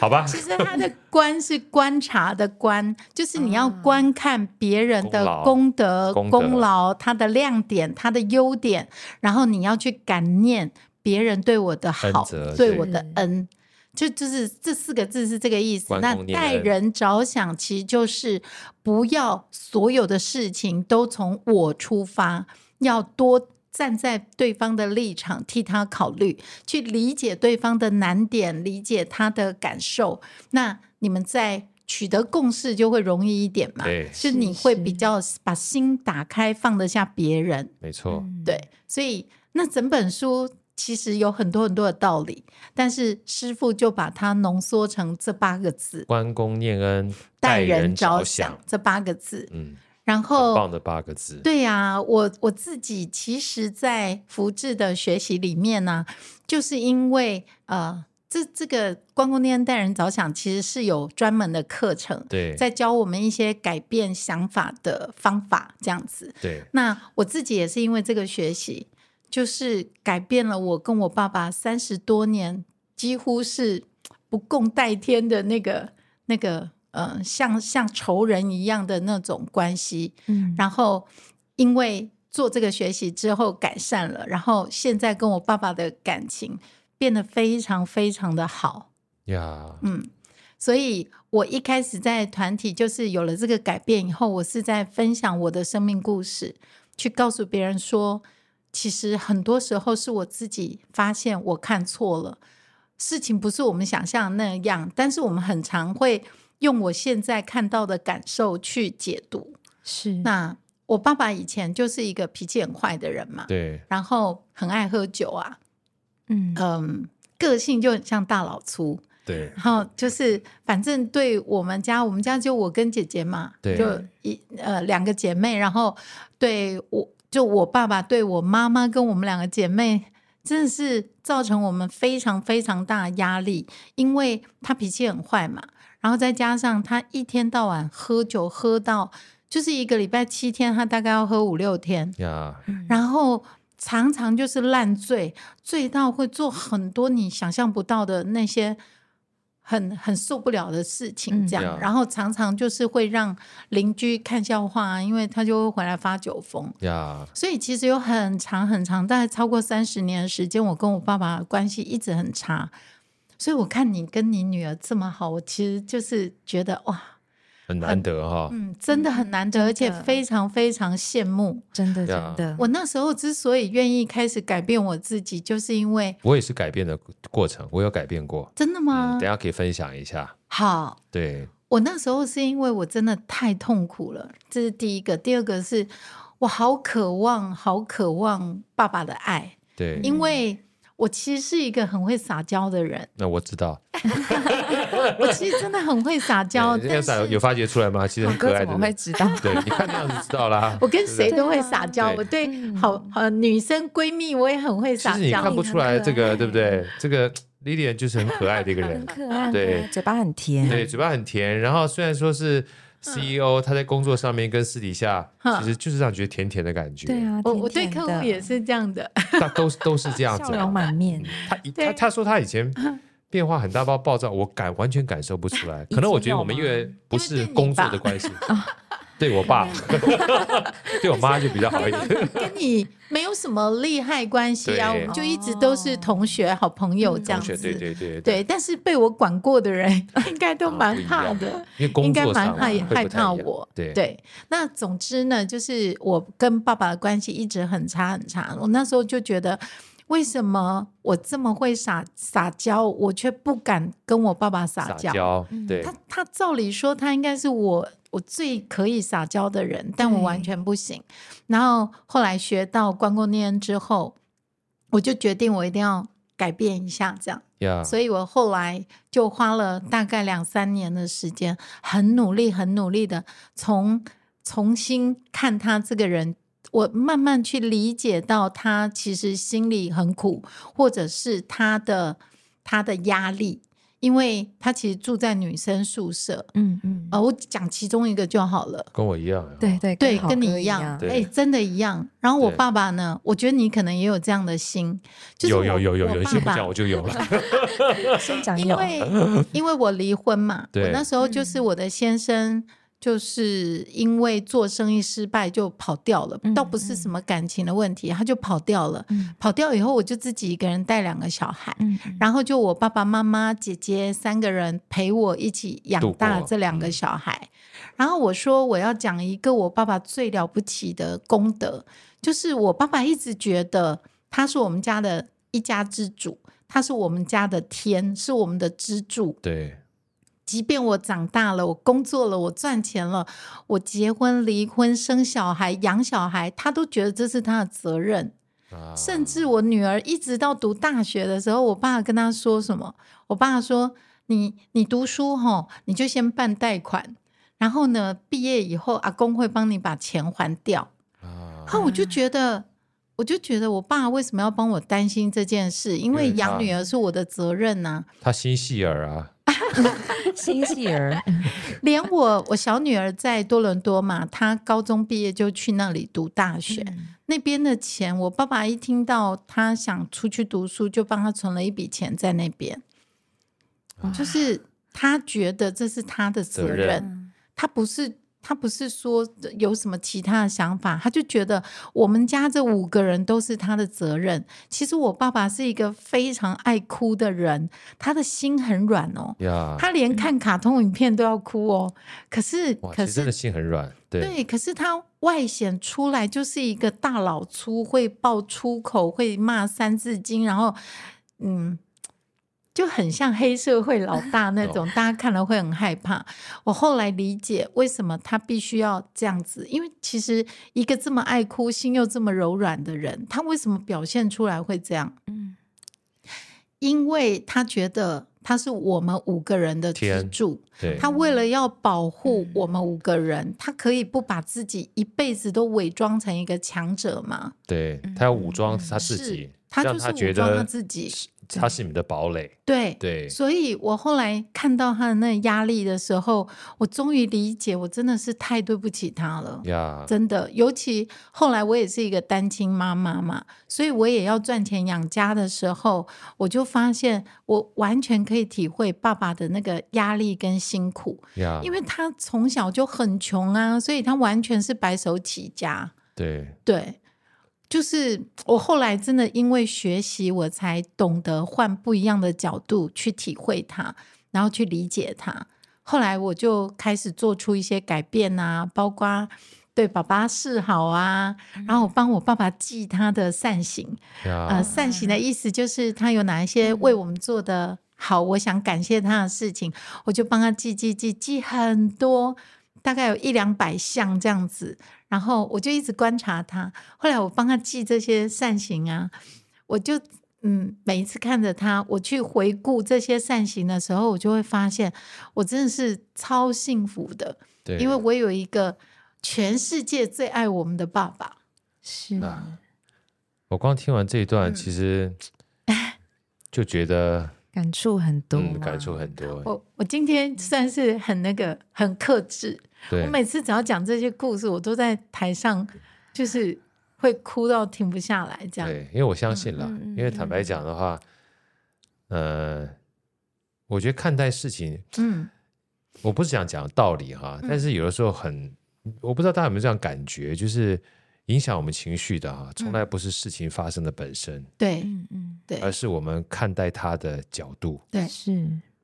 好吧，其实他的观是观察的观，就是你要观看别人的功功德、功德功劳、他的亮点、他的优点，然后你要去感念别人对我的好恩泽，对对我的恩。就就是这四个字是这个意思。关那公念待恩人着想，其实就是不要所有的事情都从我出发，要多站在对方的立场替他考虑，去理解对方的难点，理解他的感受。那你们在取得共识就会容易一点嘛？对，就是你会是比较把心打开，放得下别人。没错，嗯对，所以那整本书其实有很多很多的道理，但是师傅就把它浓缩成这八个字关公念恩， “待人人着想想”，这八个字。嗯，很然后，棒的八个字，对呀、我我自己其实，在福智的学习里面呢、就是因为呃，这这个关公念恩待人着想，其实是有专门的课程。对，在教我们一些改变想法的方法，这样子。对，那我自己也是因为这个学习，就是改变了我跟我爸爸三十多年几乎是不共戴天的那个那个呃，像像仇人一样的那种关系。嗯，然后因为做这个学习之后改善了，然后现在跟我爸爸的感情变得非常非常的好。呀，嗯，所以我一开始在团体就是有了这个改变以后，我是在分享我的生命故事，去告诉别人说，其实很多时候是我自己发现我看错了，事情不是我们想象的那样，但是我们很常会用我现在看到的感受去解读。是那我爸爸以前就是一个脾气很坏的人嘛，对，然后很爱喝酒啊，嗯嗯，个性就很像大老粗。对，然后就是，反正对我们家，我们家就我跟姐姐嘛，对就一呃两个姐妹，然后对我就我爸爸对我妈妈跟我们两个姐妹，真的是造成我们非常非常大的压力，因为他脾气很坏嘛，然后再加上他一天到晚喝酒喝到，就是一个礼拜七天，他大概要喝五六天，呀，嗯然后常常就是烂醉，醉到会做很多你想象不到的那些很很受不了的事情，嗯这样。 Yeah 然后常常就是会让邻居看笑话啊，因为他就会回来发酒疯。呀，所以其实有很长很长，大概超过三十年的时间，我跟我爸爸的关系一直很差。所以我看你跟你女儿这么好，我其实就是觉得哇，很难得哈，嗯，真的很难得，而且非常非常羡慕。真的呀真的，我那时候之所以愿意开始改变我自己，就是因为我也是改变的过程，我有改变过，真的嗯，吗等一？下可以分享一下，好，对，我那时候是因为我真的太痛苦了，这是第一个。第二个是我好渴望，好渴望爸爸的爱，对，因为我其实是一个很会撒娇 [LAUGHS] 的人，那我知道，我其实真的很会撒娇， [LAUGHS] 对但要是。有发觉出来吗？其实我很可哥爱怎的么会人，知道？对，你看那样子知道啦我跟谁都会撒娇，对啊我对嗯好呃女生闺蜜我也很会其撒实你娇看，不出来这个，对不对？这个 Lilian 就是很可爱的一个人 [LAUGHS] 很，可爱，对嘴巴很甜，对，嘴巴很甜。然后虽然说是 CEO，他在工作上面跟私底下，哼其实就是让你觉得甜甜的感觉。对，啊，我我对甜甜客的户也是这样的，他都都是 [LAUGHS] 这样笑子。容满面嗯，他以对他他说他以前变化很大，包暴躁，我感完全感受不出来。以可能我前觉得有我们吗因为不因为是对你工作吧的关系，对我爸， [LAUGHS] 对我妈就比较好一点。跟你没有什么利害关系啊，我对嗯们就一直都是同学、好朋友这样同子。学，对对对对，但是被我管过 [LAUGHS] 的人应该都啊蛮不一怕样的，因为工应该作蛮上啊害会不太害怕一样我。对，那总之呢，就是我跟爸爸的关系一直很差很差。我那时候就觉得，为什么我这么会撒撒娇，我却不敢跟我爸爸撒撒娇？娇，对他他照理说他应该是我我最可以撒娇的人，但我完对全不行。然后后来学到关公念恩之后，我就决定我一定要改变一下，这样。呀，所以我后来就花了大概两三年的时间，很努力、很努力的从重新看他这个人，我慢慢去理解到他其实心里很苦，或者是他的他的压力，因为他其实住在女生宿舍。嗯嗯，呃，我讲其中一个就好了。跟我一样啊，对对对，好啊跟哥你一一样，哎、对真的一样。然后我对爸爸呢，我觉得你可能也有这样的心，就是有我有有有我有一爸些不爸讲我就有了， [LAUGHS] [LAUGHS] 先讲因有，为因为我离婚嘛，我对那时候嗯就是我的先生。就是因为做生意失败就跑掉了，嗯倒不是什么感情的问题，他就跑掉了。嗯跑掉以后，我就自己一个人带两个小孩，嗯， [LAUGHS] 然后就我爸爸妈妈、姐姐三个人陪我一起养大度过嗯这两个小孩。然后我说我要讲一个我爸爸最了不起的功德，就是我爸爸一直觉得他是我们家的一家之主，他是我们家的天，是我们的支柱。对，即便我长大了，我工作了，我赚钱了，我结婚、离婚、生小孩、养小孩，他都觉得这是他的责任。啊甚至我女儿一直到读大学的时候，我爸跟她说什么？我爸说：“你你读书吼，你就先办贷款，然后呢，毕业以后阿公会帮你把钱还掉。”啊啊，我就觉得，我就觉得我爸为什么要帮我担心这件事？因为因为他养女儿是我的责任呐、他心细儿啊，心细儿，嗯连我我小女儿在多伦多嘛，她高中毕业就去那里读大学，那边的钱，我爸爸一听到她想出去读书，就帮她存了一笔钱在那边，就是他觉得这是他的责责任，任嗯他不是。他不是说有什么其他的想法，他就觉得我们家这五个人都是他的责任。其实我爸爸是一个非常爱哭的人，他的心很软哦，呀，他连看卡通影片都要哭哦。可是，哇，可其实真的是，心很软，对对，可是他外显出来就是一个大老粗，会爆粗口，会骂《三字经》，然后，嗯。就很像黑社会老大哦那种，大家看了会很害怕。我后来理解为什么他必须要这样子，因为其实一个这么爱哭、心又这么柔软的人，他为什么表现出来会这样？嗯因为他觉得他是我们五个人的支天柱，对，嗯他为了要保护我们五个人，他可以不把自己一辈子都伪装成一个强者吗？对嗯他要武装嗯他自是己，他让就是他觉武装得他自己是他是你的堡垒，对。对，所以我后来看到他的那压力的时候，我终于理解，我真的是太对不起他了。呀，真的，尤其后来我也是一个单亲妈妈嘛，所以我也要赚钱养家的时候，我就发现我完全可以体会爸爸的那个压力跟辛苦，呀，因为他从小就很穷啊，所以他完全是白手起家。对对，就是我后来真的因为学习，我才懂得换不一样的角度去体会它，然后去理解它。后来我就开始做出一些改变啊，包括对爸爸示好啊，然后我帮我爸爸记他的善行。呃，呀，善行的意思就是他有哪一些为我们做的好，我想感谢他的事情，我就帮他记记记记很多，大概有一两百项这样子。然后我就一直观察他，后来我帮他记这些善行啊，我就嗯，每一次看着他，我去回顾这些善行的时候，我就会发现，我真的是超幸福的，对，因为我有一个全世界最爱我们的爸爸。是啊我光听完这一段，嗯其实就觉 [LAUGHS] 得感触很多嗯，啊，感触很多，我我今天算是很那个很克制，对我，每次只要讲这些故事，我都在台上就是会哭到停不下来，这样对，因为我相信了，嗯嗯因为坦白讲的话，呃，我觉得看待事情，嗯我不是想讲道理哈，但是有的时候很我不知道大家有没有这样感觉，就是影响我们情绪的啊，从来不是事情发生的本身，对嗯嗯，对而是我们看待它的角度。对，是，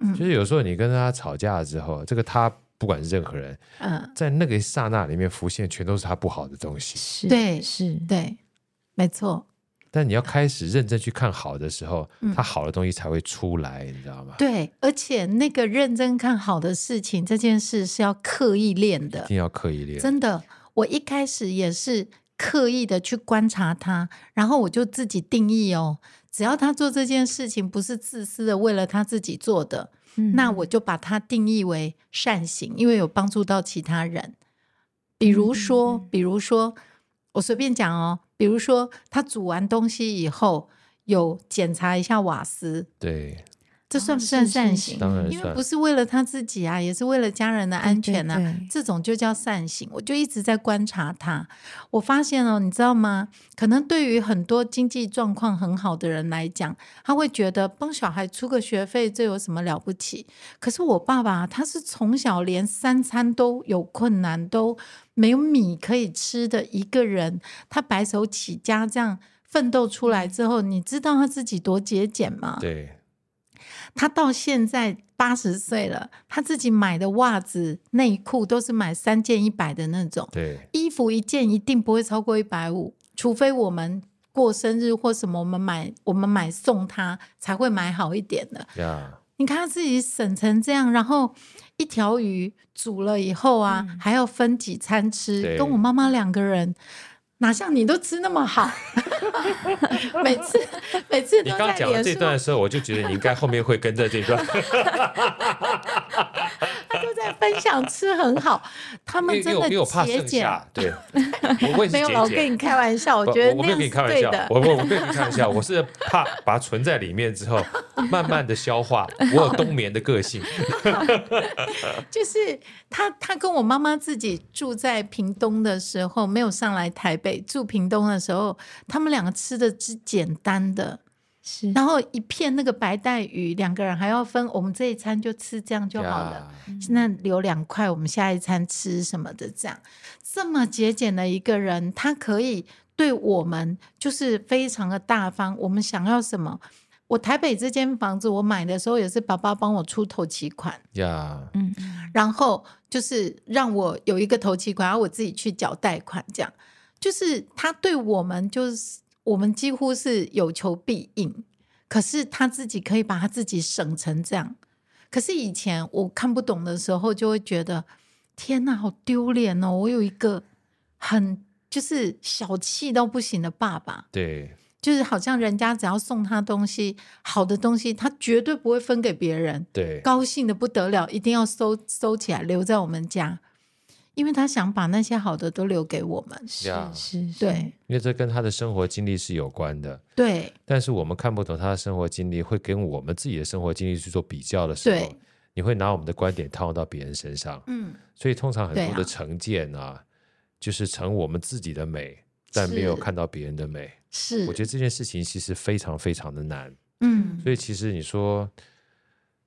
嗯就是有时候你跟他吵架之后，这个他不管是任何人，嗯，在那个刹那里面浮现，全都是他不好的东西。是，对是，对，没错，但你要开始认真去看好的时候，嗯他好的东西才会出来，你知道吗？对，而且那个认真看好的事情，这件事是要刻意练一的，定要刻意练。真的。我一开始也是刻意的去观察他，然后我就自己定义哦，只要他做这件事情不是自私的为了他自己做的，嗯那我就把它定义为善行，因为有帮助到其他人。比嗯如说嗯嗯，比如说，我随便讲哦，比如说他煮完东西以后有检查一下瓦斯，对，这哦算不是算是善是行？当然因为算不。是为了他自己啊，也是为了家人的安全啊，对对对这种就叫善行。我就一直在观察他，我发现哦，你知道吗？可能对于很多经济状况很好的人来讲，他会觉得帮小孩出个学费，这有什么了不起？可是我爸爸他是从小连三餐都有困难，都没有米可以吃的一个人，他白手起家这样奋斗出来之后，你知道他自己多节俭吗？对，他到现在八十岁了，他自己买的袜子、内裤都是买三件一百的那种，对，衣服一件一定不会超过一百五，除非我们过生日或什么，我们买我们买送他才会买好一点的。呀，你看他自己省成这样，然后一条鱼煮了以后啊，嗯还要分几餐吃对，跟我妈妈两个人。哪像你都吃那么好， [LAUGHS] 每次每次你都刚在讲脸完书这段的时候，我就觉得你应该后面会跟着这段，都在分享吃很 [LAUGHS] 好，他因为们因为真我的因为我怕节剩俭。下， [LAUGHS] 对，我我也是没有节了，我跟俭。你开玩笑，我不觉得我那没有样跟你是开玩对笑，的。我我我没有跟你开玩笑，我 [LAUGHS] 是怕把它存在里面之后，慢慢的消化。我有冬眠的个性，就是他，他跟我妈妈自己住在屏东的时候，没有上来台北住屏东的时候，他们两个吃的是简单的，是，然后一片那个白带鱼，两个人还要分，我们这一餐就吃这 [LAUGHS] 样就好了。呀那留两块，我们下一餐吃什么的，这样这么节俭的一个人，他可以对我们就是非常的大方。我们想要什么？我台北这间房子，我买的时候也是爸爸帮我出头期款，呀，嗯，然后就是让我有一个头期款，然后我自己去缴贷款，这样就是他对我们就是我们几乎是有求必应，可是他自己可以把他自己省成这样。可是以前我看不懂的时候，就会觉得天哪，好丢脸哦！我有一个很就是小气到不行的爸爸，对，就是好像人家只要送他东西，好的东西，他绝对不会分给别人。对，高兴的不得了，一定要收收起来，留在我们家，因为他想把那些好的都留给我们。是呀是，是对，因为这跟他的生活经历是有关的。对但是我们看不懂他的生活经历，会跟我们自己的生活经历去做比较的时候对，你会拿我们的观点套用到别人身上，嗯，所以通常很对多啊的成见啊，就是成我们自己的美，但没有看到别人的美。是，我觉得这件事情其实非常非常的难，嗯，所以其实你说，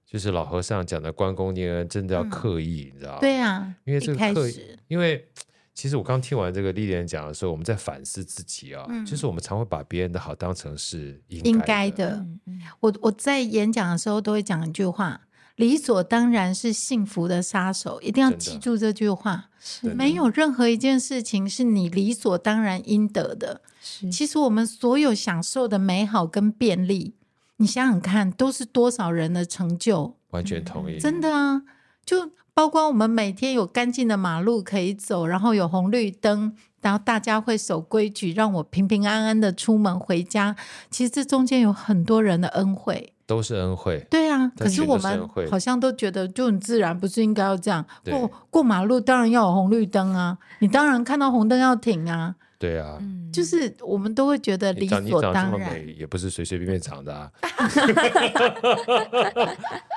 就是老和尚讲的关公念恩，真的要刻意，你知道吗？嗯对啊，因为这一个开刻意始，因为其实我刚听完这个丽莲讲的时候，我们在反思自己啊，嗯就是我们常会把别人的好当成是应应该该的，的。嗯嗯我我在演讲的时候都会讲一句话：理所当然是幸福的杀手，一定要真的记住这句话。是没有任何一件事情是你理所当然应得的。是，其实我们所有享受的美好跟便利，你想想看，都是多少人的成就，完全同意，真的啊！就包括我们每天有干净的马路可以走，然后有红绿灯，然后大家会守规矩，让我平平安安的出门回家。其实这中间有很多人的恩惠。都是恩惠，对啊，但可是全都我是们恩惠好像都觉得就很自然，不是应该要这样？对过过马路当然要有红绿灯啊，你当然看到红灯要停啊。对啊，嗯，就是我们都会觉得你理长你所长这当么然。美，也不是随随便便长的、 [LAUGHS] 啊，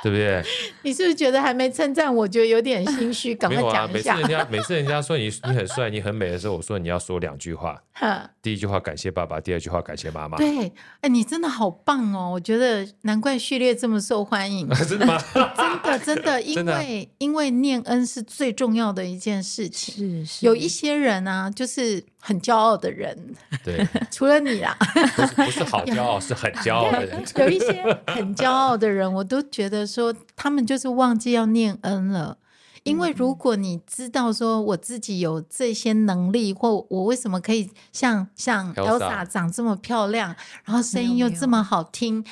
对不对？你是不是觉得还没称赞，我觉得有点心 [LAUGHS] 虚？赶没快有啊，每讲一次下 [LAUGHS] 人。家每次人家说你你很帅、你很美的时候，我说你要说两句话，哈第一句话感谢爸爸，第二句话感谢妈妈。对，哎，你真的好棒哦！我觉得难怪序列这么受欢迎， [LAUGHS] 真的吗？真的真的，因 [LAUGHS] 真的啊为因为念恩是最重要的一件事情。是是有一些人啊，就是很骄傲的人， [LAUGHS] 对，除了你啦，不是不是好骄傲，是很骄傲的人。 [LAUGHS] 有一些 [LAUGHS] 很骄傲的人，我都觉得说他们就是忘记要念恩了。因为如果你知道说我自己有这些能力，或我为什么可以像像 Elsa Elsa 长这么漂亮，然后声音没有又没有这么好听，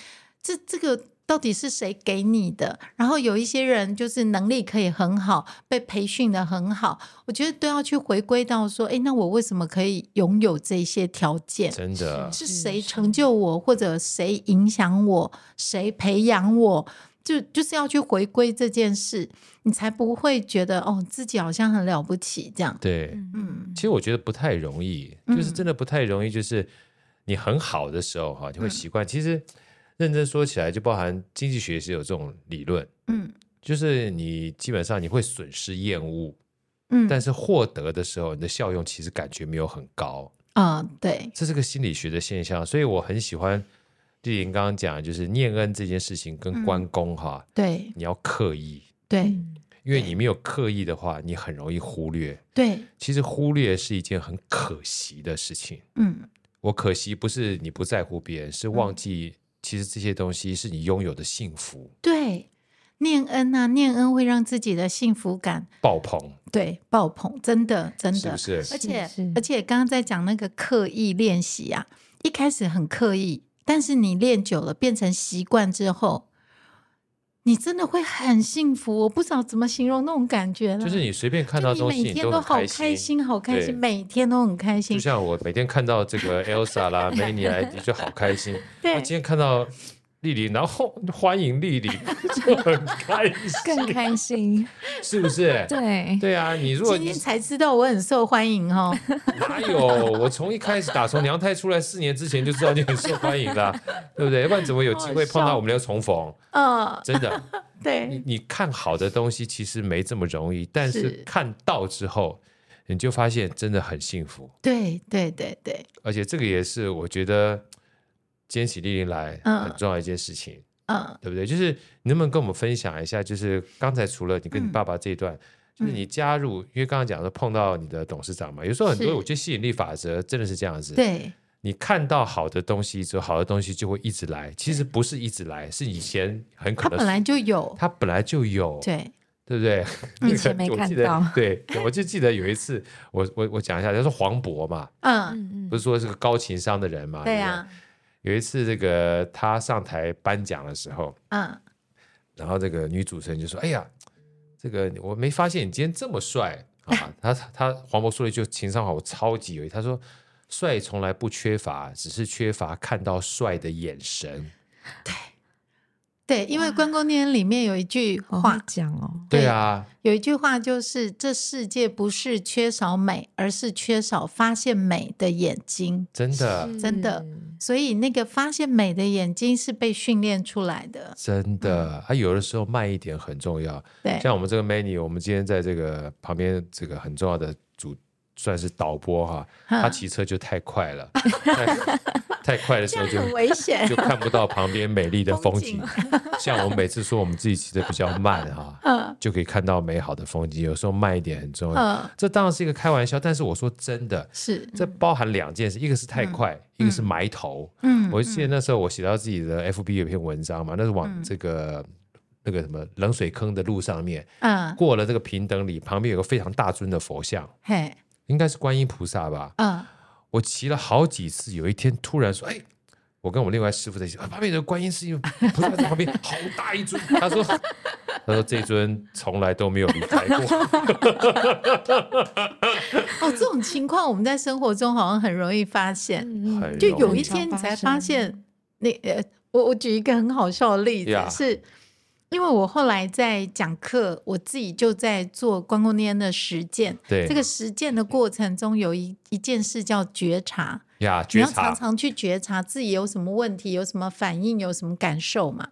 这这个到底是谁给你的？然后有一些人就是能力可以很好，被培训的很好，我觉得都要去回归到说，诶，那我为什么可以拥有这些条件？真的，是是谁是成就我，或者谁影响我，谁培养我，就就是要去回归这件事，你才不会觉得哦自己好像很了不起这样。对。嗯其实我觉得不太容易，就是真的不太容易。就是你很好的时候哈，你嗯会习惯。其实认真说起来，就包含经济学也是有这种理论，嗯就是你基本上你会损失厌恶，嗯，但是获得的时候，你的效用其实感觉没有很高，啊、对，这是个心理学的现象。所以我很喜欢丽玲刚刚讲，就是念恩这件事情跟嗯关公哈，对你要刻意，嗯嗯对因为你没有刻意的话，你很容易忽略。对，其实忽略是一件很可惜的事情。嗯我可惜不是你不在乎别人，是忘记其实这些东西是你拥有的幸福对，念恩啊，念恩会让自己的幸福感爆棚，对爆棚，真的真是的不，是？而且是而且刚刚在讲那个刻意练习啊，一开始很刻意，但是你练久了变成习惯之后，你真的会很幸福。我不知道怎么形容那种感觉了，就是你随便看到就东你西，每你天很好开开心，好开对心，每天都很开就心。像我每天看到这 [LAUGHS] 个 Elsa 啦、梅尼来迪就好开心。对我今天看到丽丽，然后欢迎 [LAUGHS] 丽丽，就很开心，更开心，是不是？对，对啊，你如果今你天才知道我很受欢 [LAUGHS] 迎哦，哪有？我从一开始打从娘胎出来四年之前就知道你很受欢迎 [LAUGHS] 啦，对不对？要不然怎么有机会碰到我们又重逢？嗯，真 [LAUGHS] 的，你对，你看好的东西其实没这么容易，但是是看到之后，你就发现真的很幸福。对，对，对，对，而且这个也是我觉得今天起丽玲来嗯很重要的一件事情，嗯，对不对？就是你能不能跟我们分享一下？就是刚才除了你跟你嗯爸爸这一段，就是你加入，因为刚刚讲说碰到你的董事长嘛，有时候很多是我觉得吸引力法则真的是这样子，对，你看到好的东西之后，好的东西就会一直来，其实不是一直来，是以前很可他能本来就有，它本来就有，对，对不对？ [LAUGHS] 以前没 [LAUGHS] 我记看得到对，我就记得有一次，我我我讲一下，就是黄渤嘛，嗯， [LAUGHS] 嗯不是说是个高情商的人嘛？对啊不呀，有一次这个他上台颁奖的时候，嗯，然后这个女主持人就说：“哎呀，这个我没发现你今天这么帅啊！”他他黄渤说了一句情商好，我超级有意思，他说：“帅从来不缺乏，只是缺乏看到帅的眼神。”对，因为关公殿里面有一句好话会，讲哦，对啊，有一句话就是：“这世界不是缺少美，而是缺少发现美的眼睛。真的，嗯真的所以，那个发现美的眼睛是被训练出来的。真的，啊，有的时候慢一点很重要。对，像我们这个 menu，我们今天在这个旁边这个很重要的主算是导播哈，他嗯骑车就太快了， [LAUGHS] 太太快的时候就很危 [LAUGHS] 险就。看不到旁边美丽的风景。像我们每次说我们自己骑的比较慢哈，嗯就可以看到美好的风景。有时候慢一点很重要，嗯，这当然是一个开玩笑，但是我说真的，是，这包含两件事，一个是太快，一个是埋头。嗯，嗯我记得那时候我写到自己的 FB 有篇文章嘛，那是往这个、那个什么冷水坑的路上面嗯，过了这个平等里，旁边有个非常大尊的佛像，嘿，应该是观音菩萨吧。嗯，我骑了好几次，有一天突然说：“哎，我跟我另外师傅在一起，啊、旁边有个观音是因为菩萨在旁边，好大一尊。”他说：“ [LAUGHS] 他说这尊从来都没有离开过。哦，这种情况我们在生活中好像很容易发现，嗯很就容有易一天你才常发发生现，那呃，我我举一个很好笑的例子 Yeah 是。因为我后来在讲课，我自己就在做关公念的实践。对这个实践的过程中，有一一件事叫觉察，呀，你觉要察常常去觉察自己有什么问题，有什么反应，有什么感受嘛。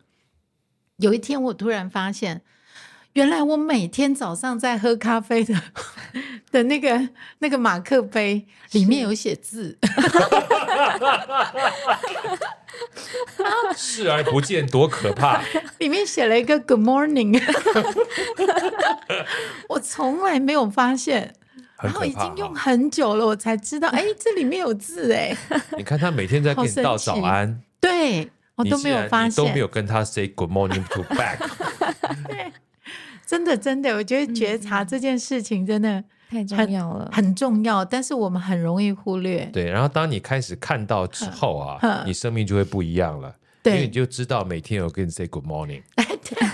有一天，我突然发现，原来我每天早上在喝咖啡的 [LAUGHS] 的那个那个马克杯里面有写字，视而不见多可 [LAUGHS] 怕，里面写了一个 “Good morning”，我从来没有发现。很然后可已怕经用哈。很久了，我才知道，哎，这里面有字，哎，你看他每天在好跟你神道早奇安，对我你都既没有然你发都没现，有跟他 say good morning to [LAUGHS] back，真的真的，我觉得觉察这件事情真的太重很要了。很重要，但是我们很容易忽略。对。然后当你开始看到之后啊哼，你生命就会不一样了，因为你嗯对，就知道每天有跟你 say good morning， [LAUGHS] 对，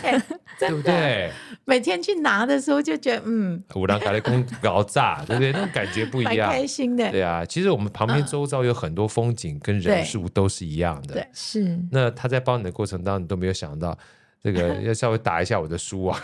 对不对？每天去拿的时候就觉得，嗯，五郎咖喱公搞炸，对不对？那种感觉不一蛮样。开心的。对啊，其实我们旁边周遭有很多风景跟人对数都是一样的对。是，那他在帮你的过程当中，你都没有想到这个要稍微打一下我的书 [LAUGHS] 啊。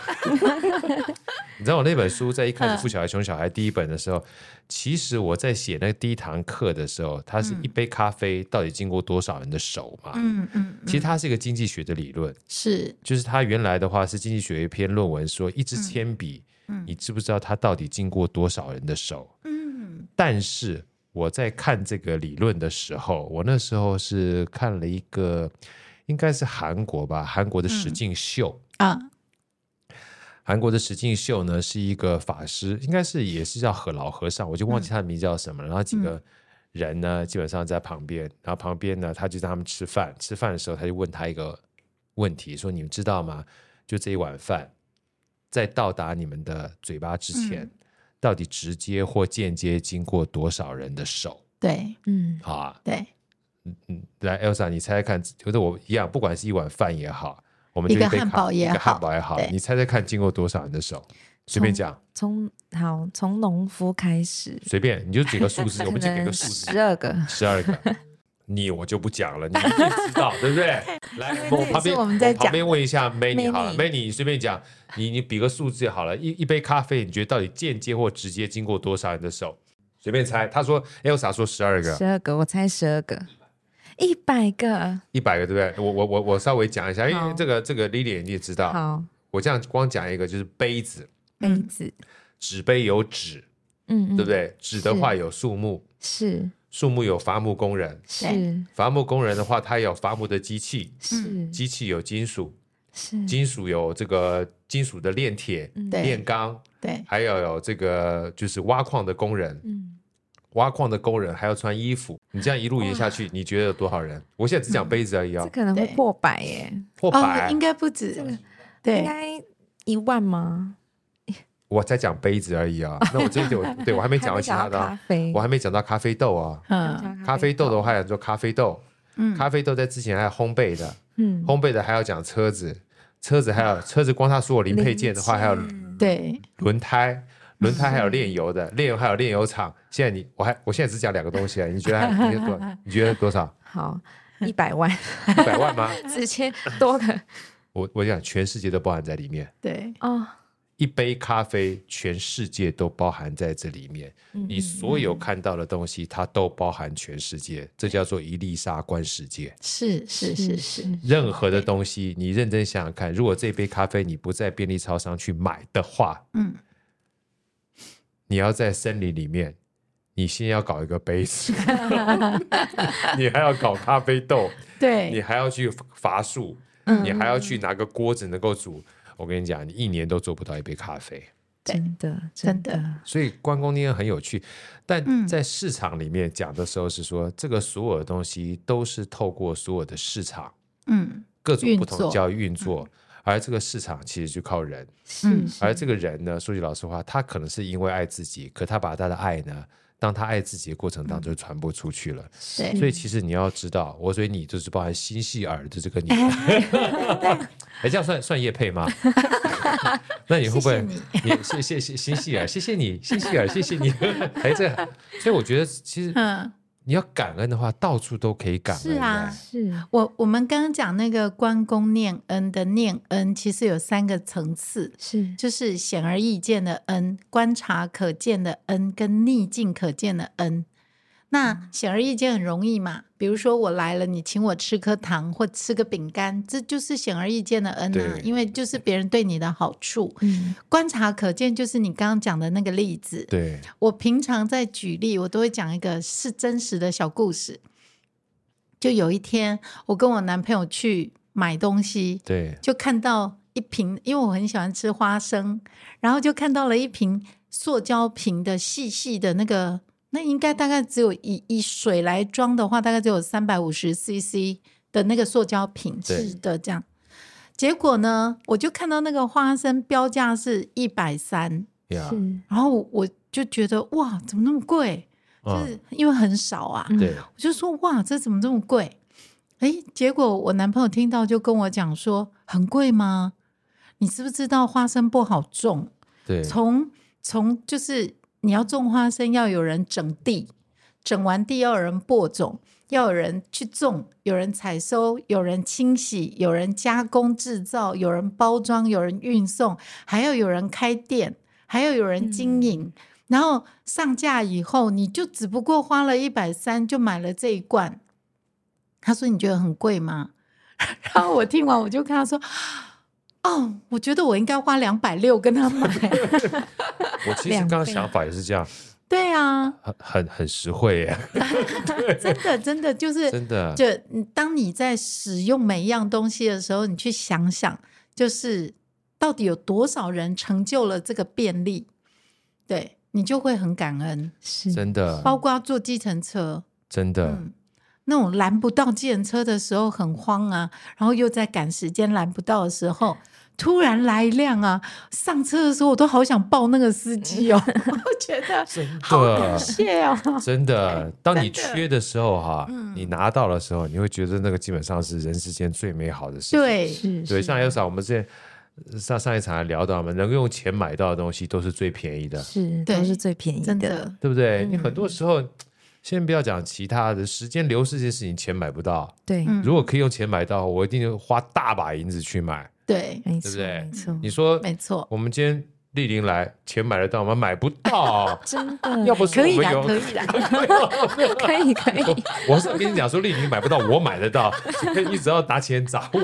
你知道我那本书在一开始《嗯富小孩穷小孩》第一本的时候，其实我在写那第一堂课的时候，它是一杯咖啡到底经过多少人的手嘛？嗯嗯，其实它是一个经济学的理论，是就是它原来的话是经济学有一篇论文说，一支铅笔，你知不知道它到底经过多少人的手？嗯但是我在看这个理论的时候，我那时候是看了一个，应该是韩国吧，韩国的实境秀。啊，韩国的实境秀呢，是一个法师，应该是也是叫和老和尚，我就忘记他的名字叫什么了。然后几个人呢，基本上在旁边，然后旁边呢，他就让他们吃饭。吃饭的时候，他就问他一个问题，说：“你们知道吗？就这一碗饭，在到达你们的嘴巴之前，嗯到底直接或间接经过多少人的手对嗯，啊？”对，嗯，来，Elsa，你猜猜看，觉得我一样，不管是一碗饭也好，我们就一个杯汉咖堡也一个汉好堡也好对，你猜猜看经过多少人的手？随便从讲，从好从农夫开始，随便，你就给个数字， [LAUGHS] 可我们就给能个数字十，二个，十二个。你我就不讲了，你一定知道，对不对？ [LAUGHS] 来，因为我这也旁是边我们在旁讲边问一下 Many 好了 Manny ，Many 你随便讲，你你比个数字好了，一一杯咖啡，你觉得到底间接或直接经过多少人的手？随便猜，他说 Elsa 说十二个十，二个，我猜十二个，一百个，一百个，对不对？我我我我稍微讲一下，因为好这个这个 Lily 你也知道，好，我这样光讲一个就是杯子，杯嗯子，纸杯有纸，嗯，嗯对不？对？纸的话有树木，是树木有伐木工人，是伐木工人的话，他有伐木的机器，嗯嗯是机器有金属，是，金属有这个金属的炼铁、嗯对炼钢，对还有有这个就是挖矿的工人，嗯，挖矿的工人还要穿衣服。你这样一路演下去，你觉得有多少人？我现在只讲杯子而已这哦，可能会对破百耶，破哦，百应，该不止，应对，该一万吗？我在讲杯子而已啊。那我这对我对我还没讲还完没其他到的咖啊，啡，我还没讲到咖啡豆啊。嗯咖啡豆的话，有做咖啡豆，嗯，咖啡豆在之前还有烘焙的，嗯，烘焙的还要讲车子，车子还有车子，光它所有零配件的话，还有对轮胎，轮胎还有炼油的，炼油还有炼油厂。现在你我还我现在只讲两个东西啊，你觉得还你觉得多？你觉得多少？好，一百万，一百万吗？直接多 [LAUGHS] 个我我讲全世界都包含在里面，对，哦，一杯咖啡全世界都包含在这里面，嗯你所有看到的东西它都包含全世界，这叫做一粒沙观世界。是是是是，任何的东西，你认真想想看，如果这杯咖啡你不在便利超商去买的话，嗯，你要在森林里面，你先要搞一个杯子，你还要搞咖啡豆，你对，还要去伐树，嗯你还要去拿个锅子能够煮。我跟你讲，你一年都做不到一杯咖啡。对真的真的的所以关公那天很有趣，但嗯在市场里面讲的时候是说，这个所有的东西都是透过所有的市场嗯各种不同的运作交易运作，而这个市场其实就靠人。是是嗯而这个人呢，说句老实话，他可能是因为爱自己，可他把他的爱呢，当他爱自己的过程当中传播出去了。嗯对所以其实你要知道，我所以你就是包含心系耳的这个你，哎，这样算算叶配吗？那你会不会？你谢 [LAUGHS] 谢谢谢心系耳，谢谢你，心系耳，谢谢你。哎，这所以我觉得其实嗯你要感恩的话，到处都可以感恩。是啊哎是我我们刚刚讲那个关公念恩的念恩，其实有三个层次，是就是显而易见的恩、观察可见的恩跟逆境可见的恩。那显而易见很容易嘛，比如说我来了，你请我吃颗糖或吃个饼干，这就是显而易见的恩啊对，因为就是别人对你的好处。嗯观察可见就是你刚刚讲的那个例子，对，我平常在举例，我都会讲一个是真实的小故事。就有一天，我跟我男朋友去买东西，对，就看到一瓶，因为我很喜欢吃花生，然后就看到了一瓶塑胶瓶的细细的那个，那应该大概只有以以水来装的话，大概只有三百五十 CC 的那个塑胶瓶对是的这样。结果呢，我就看到那个花生标价是一百三，呀，是，然后我就觉得哇，怎么那么贵？就嗯，是因为很少啊，嗯对，我就说哇，这怎么这么贵？哎，结果我男朋友听到就跟我讲说，很贵吗？你知不知道花生不好种？对， [LAUGHS] 从从就是你要种花生，要有人整地，整完地要有人播种，要有人去种，有人采收，有人清洗，有人加工制造，有人包装，有人运送，还要有人开店，还要有人经营。然后上架以后，你就只不过花了一百三就买了这一罐。他说：“你觉得很贵吗？” [LAUGHS] 然后我听完，我就跟他说：“哦，我觉得我应该花两百六跟他买。”我其实刚刚想法也是这样，对啊，很很很实惠耶，真的真的 [LAUGHS] 就是，真的。就嗯当你在使用每一样东西的时候，你去想想，就是到底有多少人成就了这个便利，对你就会很感恩。是真的，包括坐计程车，真的，嗯，那种拦不到计程车的时候很慌啊，然后又在赶时间拦不到的时候，突然来一辆啊，上车的时候我都好想抱那个司机哦， [LAUGHS] 我觉得真好的感，[LAUGHS] 谢哦。真的。当你缺的时候，哈，嗯你拿到的时候，你会觉得那个基本上是人世间最美好的事情。对，是对，是像有少我们之前上上一场还聊到嘛，能够用钱买到的东西都是最便宜的，是对都是最便宜真的，对不对？嗯你很多时候，先不要讲其他的，时间流逝这件事情，钱买不到。对，嗯如果可以用钱买到，我一定花大把银子去买。对，对没错不对没错，。你说，没错，我们今天莅临来，钱买得到吗？买不到真 [LAUGHS] 的要不 [LAUGHS] 是可以我们啦，有可以啦。可以 [LAUGHS] 可以，我是跟你讲说，丽玲买不到，我买得到， [LAUGHS] 所以你只要拿钱砸我，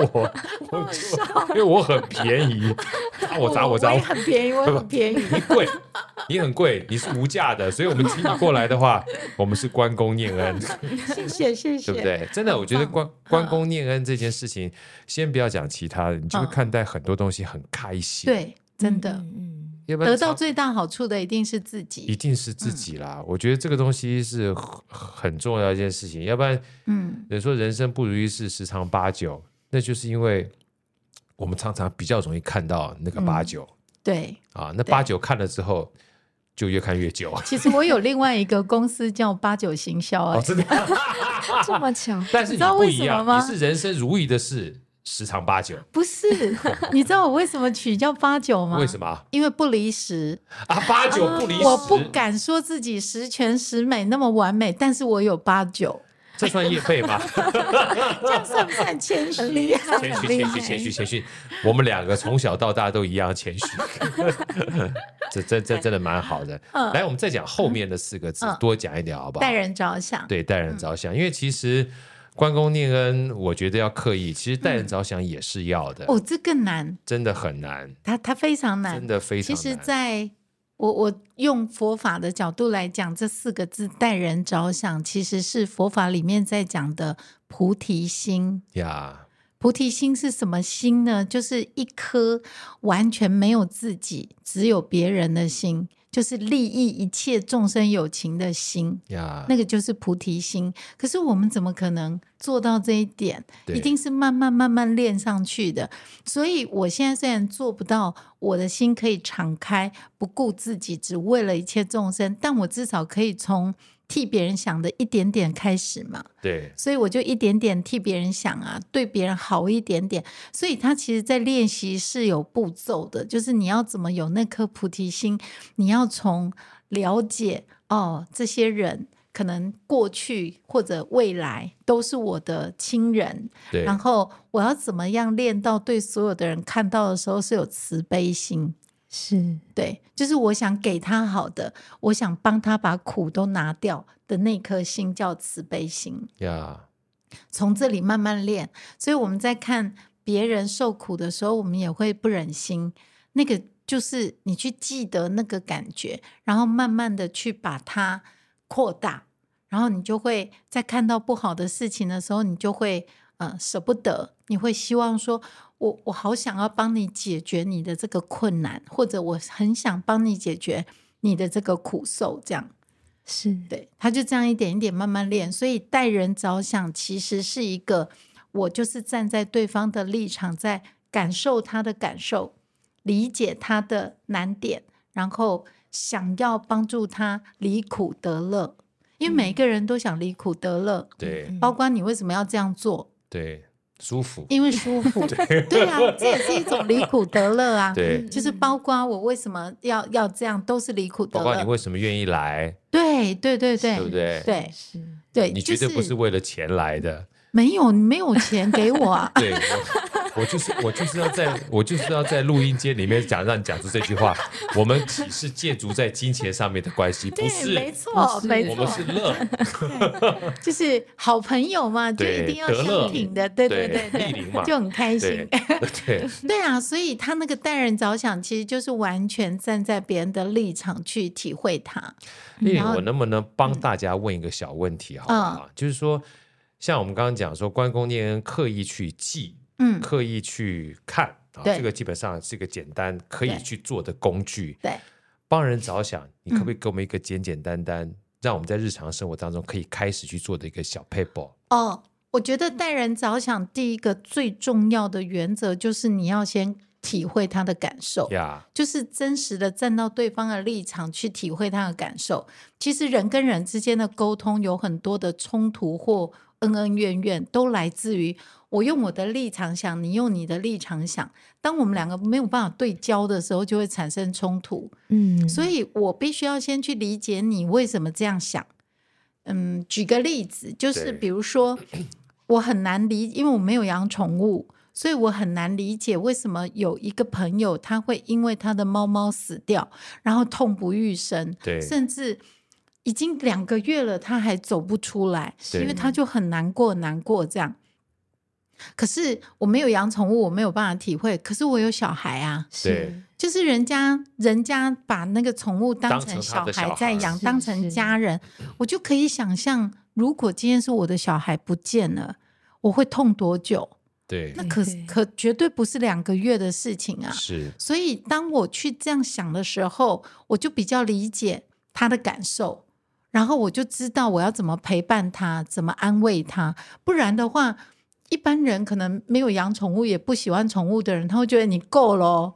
我就因为我很便 [LAUGHS] 宜，砸 [LAUGHS] 我砸我砸也我，[LAUGHS] 很便宜，我也很便宜。你贵，你很贵，你是无价的，所以我们请你过来的 [LAUGHS] 话，我们是关公念恩，谢谢，谢谢，对不？对？真的，我觉得关关公念恩这件事情，先不要讲其他的，你就会嗯看待很多东西很开心，，对，真的，嗯，要不然得到嗯常最大好处的一定是自一己。定是自己啦。我觉得这个东西是很很重要的一件事情，要不然。嗯，人说人生不如意事十常八九，那就是因为我们常常比较容易看到那个八九、对。啊，那嗯对八九看了之后就越看越久。 [LAUGHS] 其实我有另外一个公司叫八九行销，哦，哎，真的，嗯这么 [LAUGHS] 巧，但是你知道不为一什样，么你吗是人生如意的事十常八九，不 [LAUGHS] 是？你知道我为什么取叫八九吗？为什么？么啊？因为不离十，八九不离十，我不敢说自己十全十美那么完美，但是我有八 [LAUGHS] 九，这算业配 [LAUGHS] 吗？这样算不算谦虚？ [LAUGHS] 谦虚，谦虚，谦虚，谦虚。我们两个从小到大都一样谦虚， [LAUGHS] 这这这真的蛮好的。嗯来，我们再讲后面的四个字，嗯多讲一点好不好？待人着想，对待人着想，因为其实关公念恩，我觉得要刻意，其实待人着想也是要的，嗯哦，这更难，真的很难，它它非常难真。的非常其难。实在我我用佛法的角度来讲，这四个字“待人着想”，其实是佛法里面在讲的菩提心。呀，菩提心是什么心呢？就是一颗完全没有自己，只有别人的心，就是利益一切众生有情的心。呀，那个就是菩提心，可是我们怎么可能做到这一点？对一定是慢慢慢慢练上去的。所以我现在虽然做不到，我的心可以敞开，不顾自己，只为了一切众生，但我至少可以从替别人想的一点点开始嘛。对所以我就一点点替别人想啊，对别人好一点点。所以他其实，在练习是有步骤的，就是你要怎么有那颗菩提心，你要从了解哦这些人可能过去或者未来都是我的亲人，对，然后我要怎么样练到对所有的人看到的时候是有慈悲心，是对，就是我想给他好的，我想帮他把苦都拿掉的那颗心叫慈悲心。呀，从这里慢慢练。所以我们在看别人受苦的时候，我们也会不忍心。那个就是你去记得那个感觉，然后慢慢的去把它扩大，然后你就会在看到不好的事情的时候，你就会呃舍不得，你会希望说。我我好想要帮你解决你的这个困难，或者我很想帮你解决你的这个苦受，这样。是，对，他就这样一点一点慢慢练，所以待人着想其实是一个，我就是站在对方的立场，在感受他的感受，理解他的难点，然后想要帮助他离苦得乐，因为嗯每个人都想离苦得乐，对嗯包括你为什么要这样做？对，舒服，因为舒 [LAUGHS] 服，对啊，这也是一种离苦得乐啊。对，就是包括我为什么要要这样，都是离苦得包括你乐。为什么愿意来，对对对对，对不对？对是对，你就绝对不是为了钱来的，！没有，你没有钱给我啊对，我我就是我就是要在我就是要在录音间里面讲让你讲出这句话，我们只是建筑在金钱上面的关系，不没是。错，不是没我错们，是乐，就是好朋友嘛，就对一定要得乐相挺的，对对对莅对，临嘛，就很对开心。对， [LAUGHS] 对啊，所以他那个待人着想，其实就是完全站在别人的立场去体会他。丽颖嗯然，后嗯我能不能帮大家问一个小问题好不好？就是说，像我们刚刚讲说，关公念恩刻意去记，嗯，刻意去看啊，对这个基本上是一个简单可以对去做的工具，对，帮人着想。你嗯可不可以给我们一个简简单单，让我们在日常生活当中可以开始去做的一个小 paper？哦，我觉得待人着想，第一个最重要的原则就是你要先体会他的感受。呀、就是真实的站到对方的立场去体会他的感受。其实人跟人之间的沟通有很多的冲突或恩恩怨怨，都来自于我用我的立场想，你用你的立场想。当我们两个没有办法对焦的时候，就会产生冲突。嗯，所以我必须要先去理解你为什么这样想。嗯，举个例子，就是对比如说，我很难理，因为我没有养宠物，所以我很难理解为什么有一个朋友他会因为他的猫猫死掉，然后痛不欲生，对甚至已经两个月了，他还走不出来，对因为他就很难过，难过这样。可是我没有养宠物，我没有办法体会。可是我有小孩啊，对是就是人家人家把那个宠物当成小当成他的小孩孩在养，是当成家人，我就可以想象，如果今天是我的小孩不见了，我会痛多久？对那，可对可绝对不是两个月的事情啊！是所以当我去这样想的时候，我就比较理解他的感受，然后我就知道我要怎么陪伴他，怎么安慰他。不然的话，一般人可能没有养宠物，也不喜欢宠物的人，他会觉得你够了哦，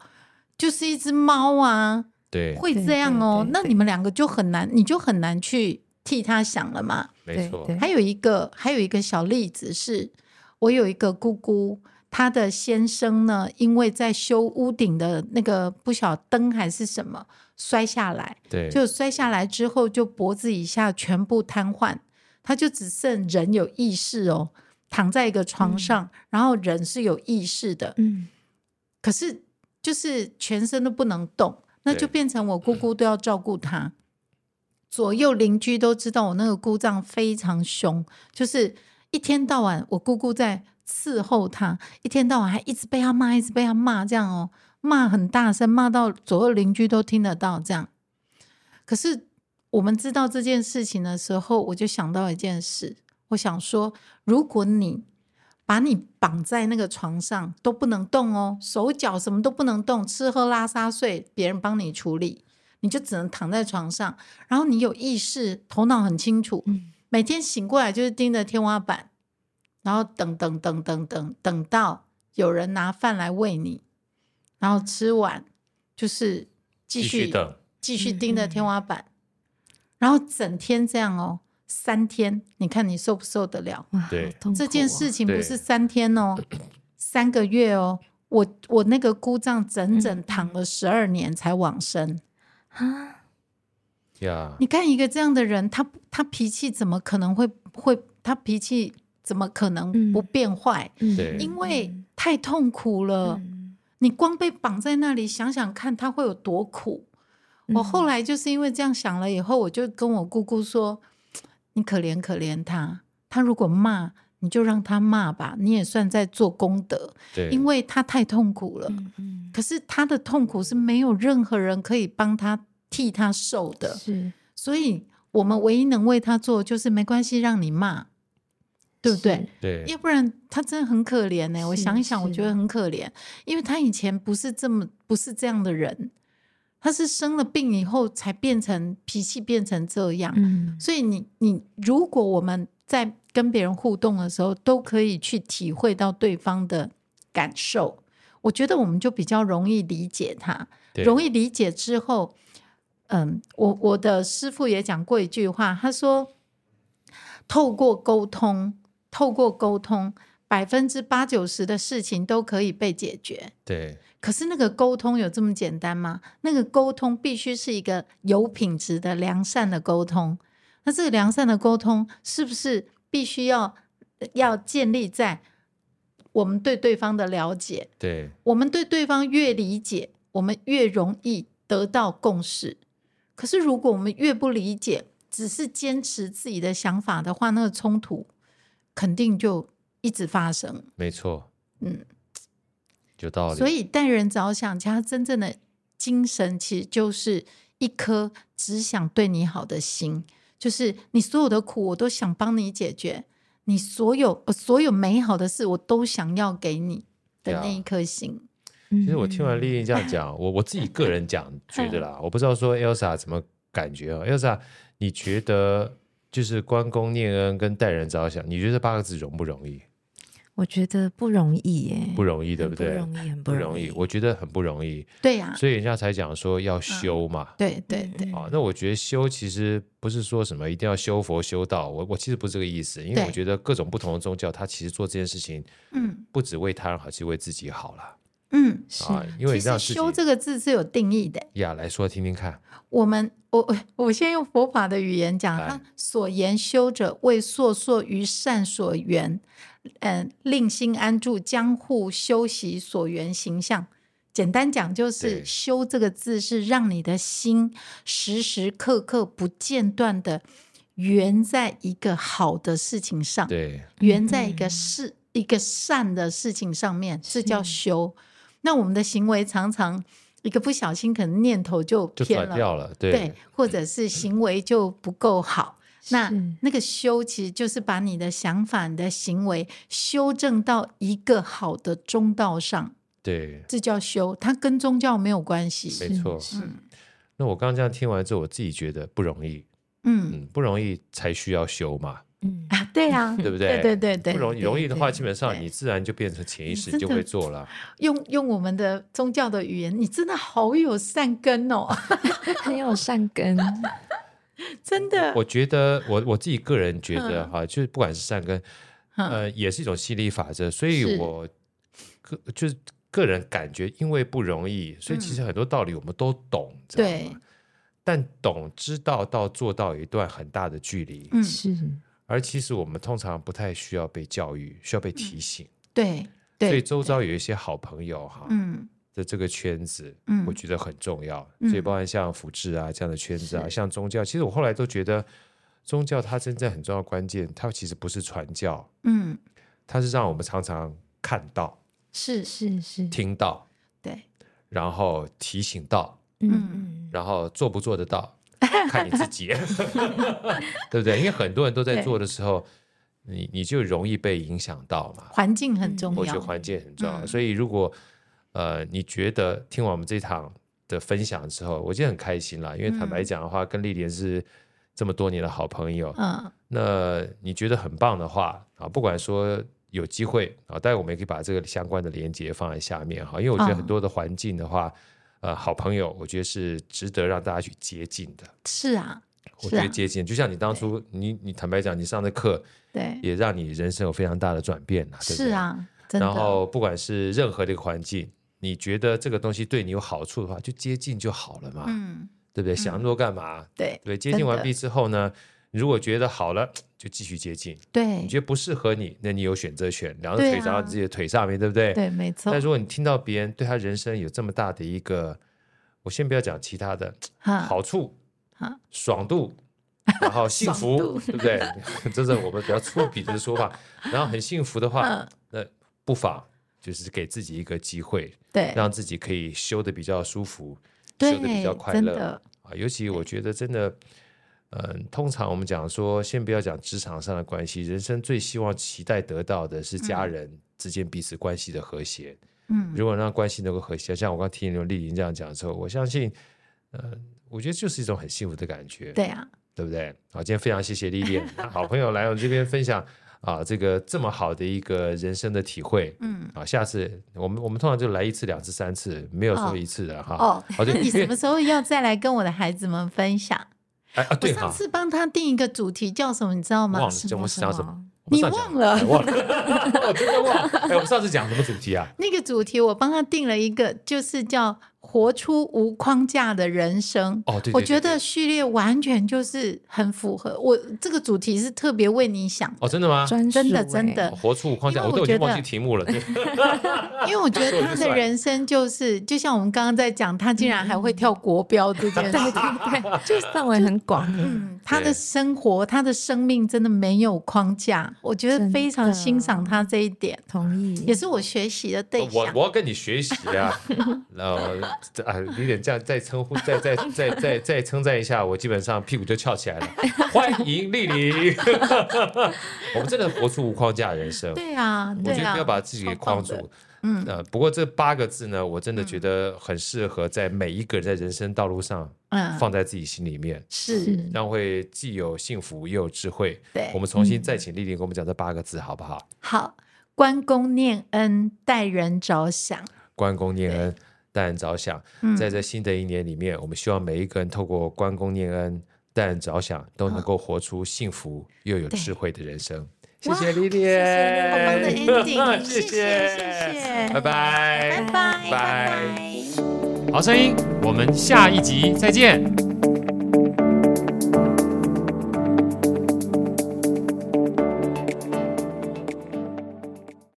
就是一只猫啊，对，会对这样哦对。对那你们两个就很难，你就很难去替他想了嘛。没错，对对还有一个还有一个小例子是，我有一个姑姑，她的先生呢，因为在修屋顶的那个不晓灯还是什么摔下来，对，就摔下来之后就脖子以下全部瘫痪，他就只剩人有意识哦，躺在一个床上，然后人是有意识的，嗯，可是就是全身都不能动，那对就变成我姑姑都要照顾她。左右邻居都知道我那个姑丈非常凶，就是一天到晚我姑姑在伺候他，一天到晚还一直被他骂，一直被他骂，这样哦，骂很大声，骂到左右邻居都听得到，这样。可是我们知道这件事情的时候，我就想到一件事，我想说，如果你把你绑在那个床上都不能动哦，手脚什么都不能动，吃喝拉撒睡别人帮你处理，你就只能躺在床上，然后你有意识，头脑很清楚，嗯每天醒过来就是盯着天花板，然后等等等等等等到有人拿饭来喂你，然后吃完就是继继续续等，继续盯着天花嗯板，然后整天这样哦，三天，你看你受不受得了？哇，对好痛这苦件哦事情对不是三天哦，三个月哦，我我那嗯个姑丈整整躺了十二年才往生，啊，呀你看一个这样的人，他他脾气怎么可能会会？他脾气怎么可能嗯不变坏？嗯对因为呃太痛苦了，嗯你光被绑在那里，想想看他会有多苦。我嗯后来就是因为这样想了以后，我就跟我姑姑说：“你可怜可怜他，他如果骂，你就让他骂吧，你也算在做功德，对，因为他太痛苦了。嗯嗯可是他的痛苦是没有任何人可以帮他替他受的，是所以我们唯一能为他做的就是没关系，让你骂，对不对？是对要不然他真的很可怜呢、我是想一想，我是觉得很可怜，因为他以前不是这么不是这样的人，他是生了病以后才变成脾气变成这样。嗯所以你你如果我们在跟别人互动的时候，都可以去体会到对方的感受，我觉得我们就比较容易理解他。对容易理解之后，嗯，我我的师傅也讲过一句话，他说，透过沟通，透过沟通，百分之八九十的事情都可以被解决。对可是那个沟通有这么简单吗？那个沟通必须是一个有品质的良善的沟通。那这个良善的沟通是不是必须要呃要建立在我们对对方的了解？对我们对对方越理解，我们越容易得到共识。可是如果我们越不理解，只是坚持自己的想法的话，那个冲突肯定就一直发生。没错，嗯，有道理。所以待人着想，其实他真正的精神其实就是一颗只想对你好的心，就是你所有的苦我都想帮你解决，你所有、呃所有美好的事我都想要给你的那对啊一颗心。嗯其实我听完丽丽这样讲，我我自己个人讲觉得啦，我不知道说 Elsa 怎么感觉哦。Elsa，你觉得就是关公念恩跟待人着想，你觉得这八个字容不容易？我觉得不容易耶，不容易，对很不对？不容易，嗯很不容容易，我觉得很不容易，对呀、所以人家才讲说要修嘛。对对嗯对，啊，那我觉得修其实不是说什么一定要修佛修道，我我其实不是这个意思，因为对我觉得各种不同的宗教，它其实做这件事情嗯不只为他人好，其实为自己好啦。嗯。是啊，因为其让实自己修这个字是有定义的。呀来说听听看，我们，我我我先用佛法的语言讲，哎他所言修者，为烁烁于善所缘，嗯、令心安住，将护修习所缘形象。简单讲就对是“修”这个字是让你的心时时刻刻不间断的圆在一个好的事情上。对圆在一个嗯事、一个善的事情上面，这叫是修。那我们的行为常常一个不小心，可能念头就就偏转了，掉了，对嗯对，或者是行为就不够好。那是那个修其实就是把你的想法、你的行为修正到一个好的中道上，对这叫修。它跟宗教没有关没系。是错是嗯那我刚刚这样听完之后，我自己觉得不容易，嗯嗯，不容易才需要修嘛，嗯 [LAUGHS] [LAUGHS] 啊，对啊， [LAUGHS] 对不对？对对对对，不容易，对容易的对话，基本上对嗯你自然就变成潜意识真就的会做了。用用我们的宗教的语言，你真的好有善 [LAUGHS] 根哦，很有善根，嗯真的。我觉得我我自己个人觉得嗯哈，就是不管是善跟呃，也是一种吸引力法则，所以是我个就是个人感觉，因为不容易，所以其实很多道理我们都懂，知道嗯对吗？但懂知道到做到有一段很大的距离，嗯，是而其实我们通常不太需要被教育，需要被提醒。对所以对，周遭有一些好朋友哈嗯的这个圈子，嗯我觉得很重要。嗯所以包含像福智啊这样的圈子啊，是像宗教，其实我后来都觉得宗教它真正很重要的关键，它其实不是传教，嗯，它是让我们常常看到、是是，是是，听到，对，然后提醒到，嗯嗯然后做不做得到，看你自己， [LAUGHS] 对不对？因为很多人都在对做的时候，你你就容易被影响到嘛。环境很重嗯我觉得要，环境很重要。嗯所以如果呃你觉得听完我们这一堂的分享之后，我觉得很开心啦，因为坦白嗯讲的话，跟丽莲是这么多年的好朋友，嗯那你觉得很棒的话啊，不管说。有机会啊，待会我们也可以把这个相关的连接放在下面哈，因为我觉得哦很多的环境的话，呃，好朋友，我觉得是值得让大家去接近的。是啊，我是觉得啊，接近，就像你当初，你你坦白讲，你上的课对，也让你人生有非常大的转变呐，对不对是啊，真然的，后不管是任何的一个环境，你觉得这个东西对你有好处的话，就接近就好了嘛，嗯，对不对？想做干嘛？对对，接近完真的毕之后呢，你如果觉得好了，就继续接近；对你觉得不适合你，那你有选择权，两个对啊腿长到自己的腿上面，对不对？对，没错但。如果你听到别人对他人生有这么大的一个，我先不要讲其他的哈好处啊、爽 [LAUGHS] 度，然后幸福，对不对？ [LAUGHS] 这是我们比较粗鄙的说法。然后很幸福的话嗯，那不妨就是给自己一个机会，对让自己可以修的比较舒服，对修的比较快真乐的啊。尤其我觉得真的，嗯、通常我们讲说，先不要讲职场上的关系，人生最希望期待得到的是家人之间彼此关系的和谐。嗯如果让关系能够和谐，像我刚听刘丽莹这样讲的时候，我相信，呃，我觉得就是一种很幸福的感觉，对啊，对不对？好，今天非常谢谢丽丽，好朋友来我这边分享啊，这个这么好的一个人生的体会。嗯啊，下次我们我们通常就来一次、两次、三次，没有说哦一次的哈。哦，啊好对 [LAUGHS] 那你因为什么时候要再来跟我的孩子们分享？哎啊，我对上哈，次帮他定一个主题叫什么，你知道忘吗了？什我们么想什什么么？我们你上次讲忘了哎忘了，我真的忘了。哎，我们上次讲什么主题啊？那个主题我帮他定了一个，就是叫“活出无框架的人生”。哦，对，对我对觉对得序列完全就是很符合我这个主题是特别为你想的，哦，真的吗？哦专真的属真欸的活出框架，因为我都我已经觉得忘记题目了。对因为我觉得他的人生就是就像我们刚刚在讲，他竟然还嗯会跳国标这 [LAUGHS] 件事，就范围很广，嗯，他的生活他的生命真的没有框架，我觉得真非常的欣赏他这一点，同意。也是我学习的对呃我象。我要跟你学习啊， [LAUGHS] 呃，这啊，你得这样再称呼，再再再再再称赞一下，我基本上屁股就翘起 [LAUGHS] 来了。欢迎莅临， [LAUGHS] 我们真的活出无框架人生。对啊，我对觉得啊，不要把自己给框住超棒。嗯呃，不过这八个字呢，我真的觉得很适合在每一个人在人生道路上嗯，放在自己心里面，是，是让会既有幸福也有智慧。对嗯我，们重新再请丽丽给我们讲这八个字，好不好？好，关公念恩，待人着想，关公念恩，待人着想。嗯，在这新的一年里面，我们希望每一个人透过关公念恩、待人着想，都能够活出幸福又有智慧的人生。谢谢丽丽，好棒的 ending，谢谢谢谢谢拜拜，拜拜拜。好声音，我们下一集再见，拜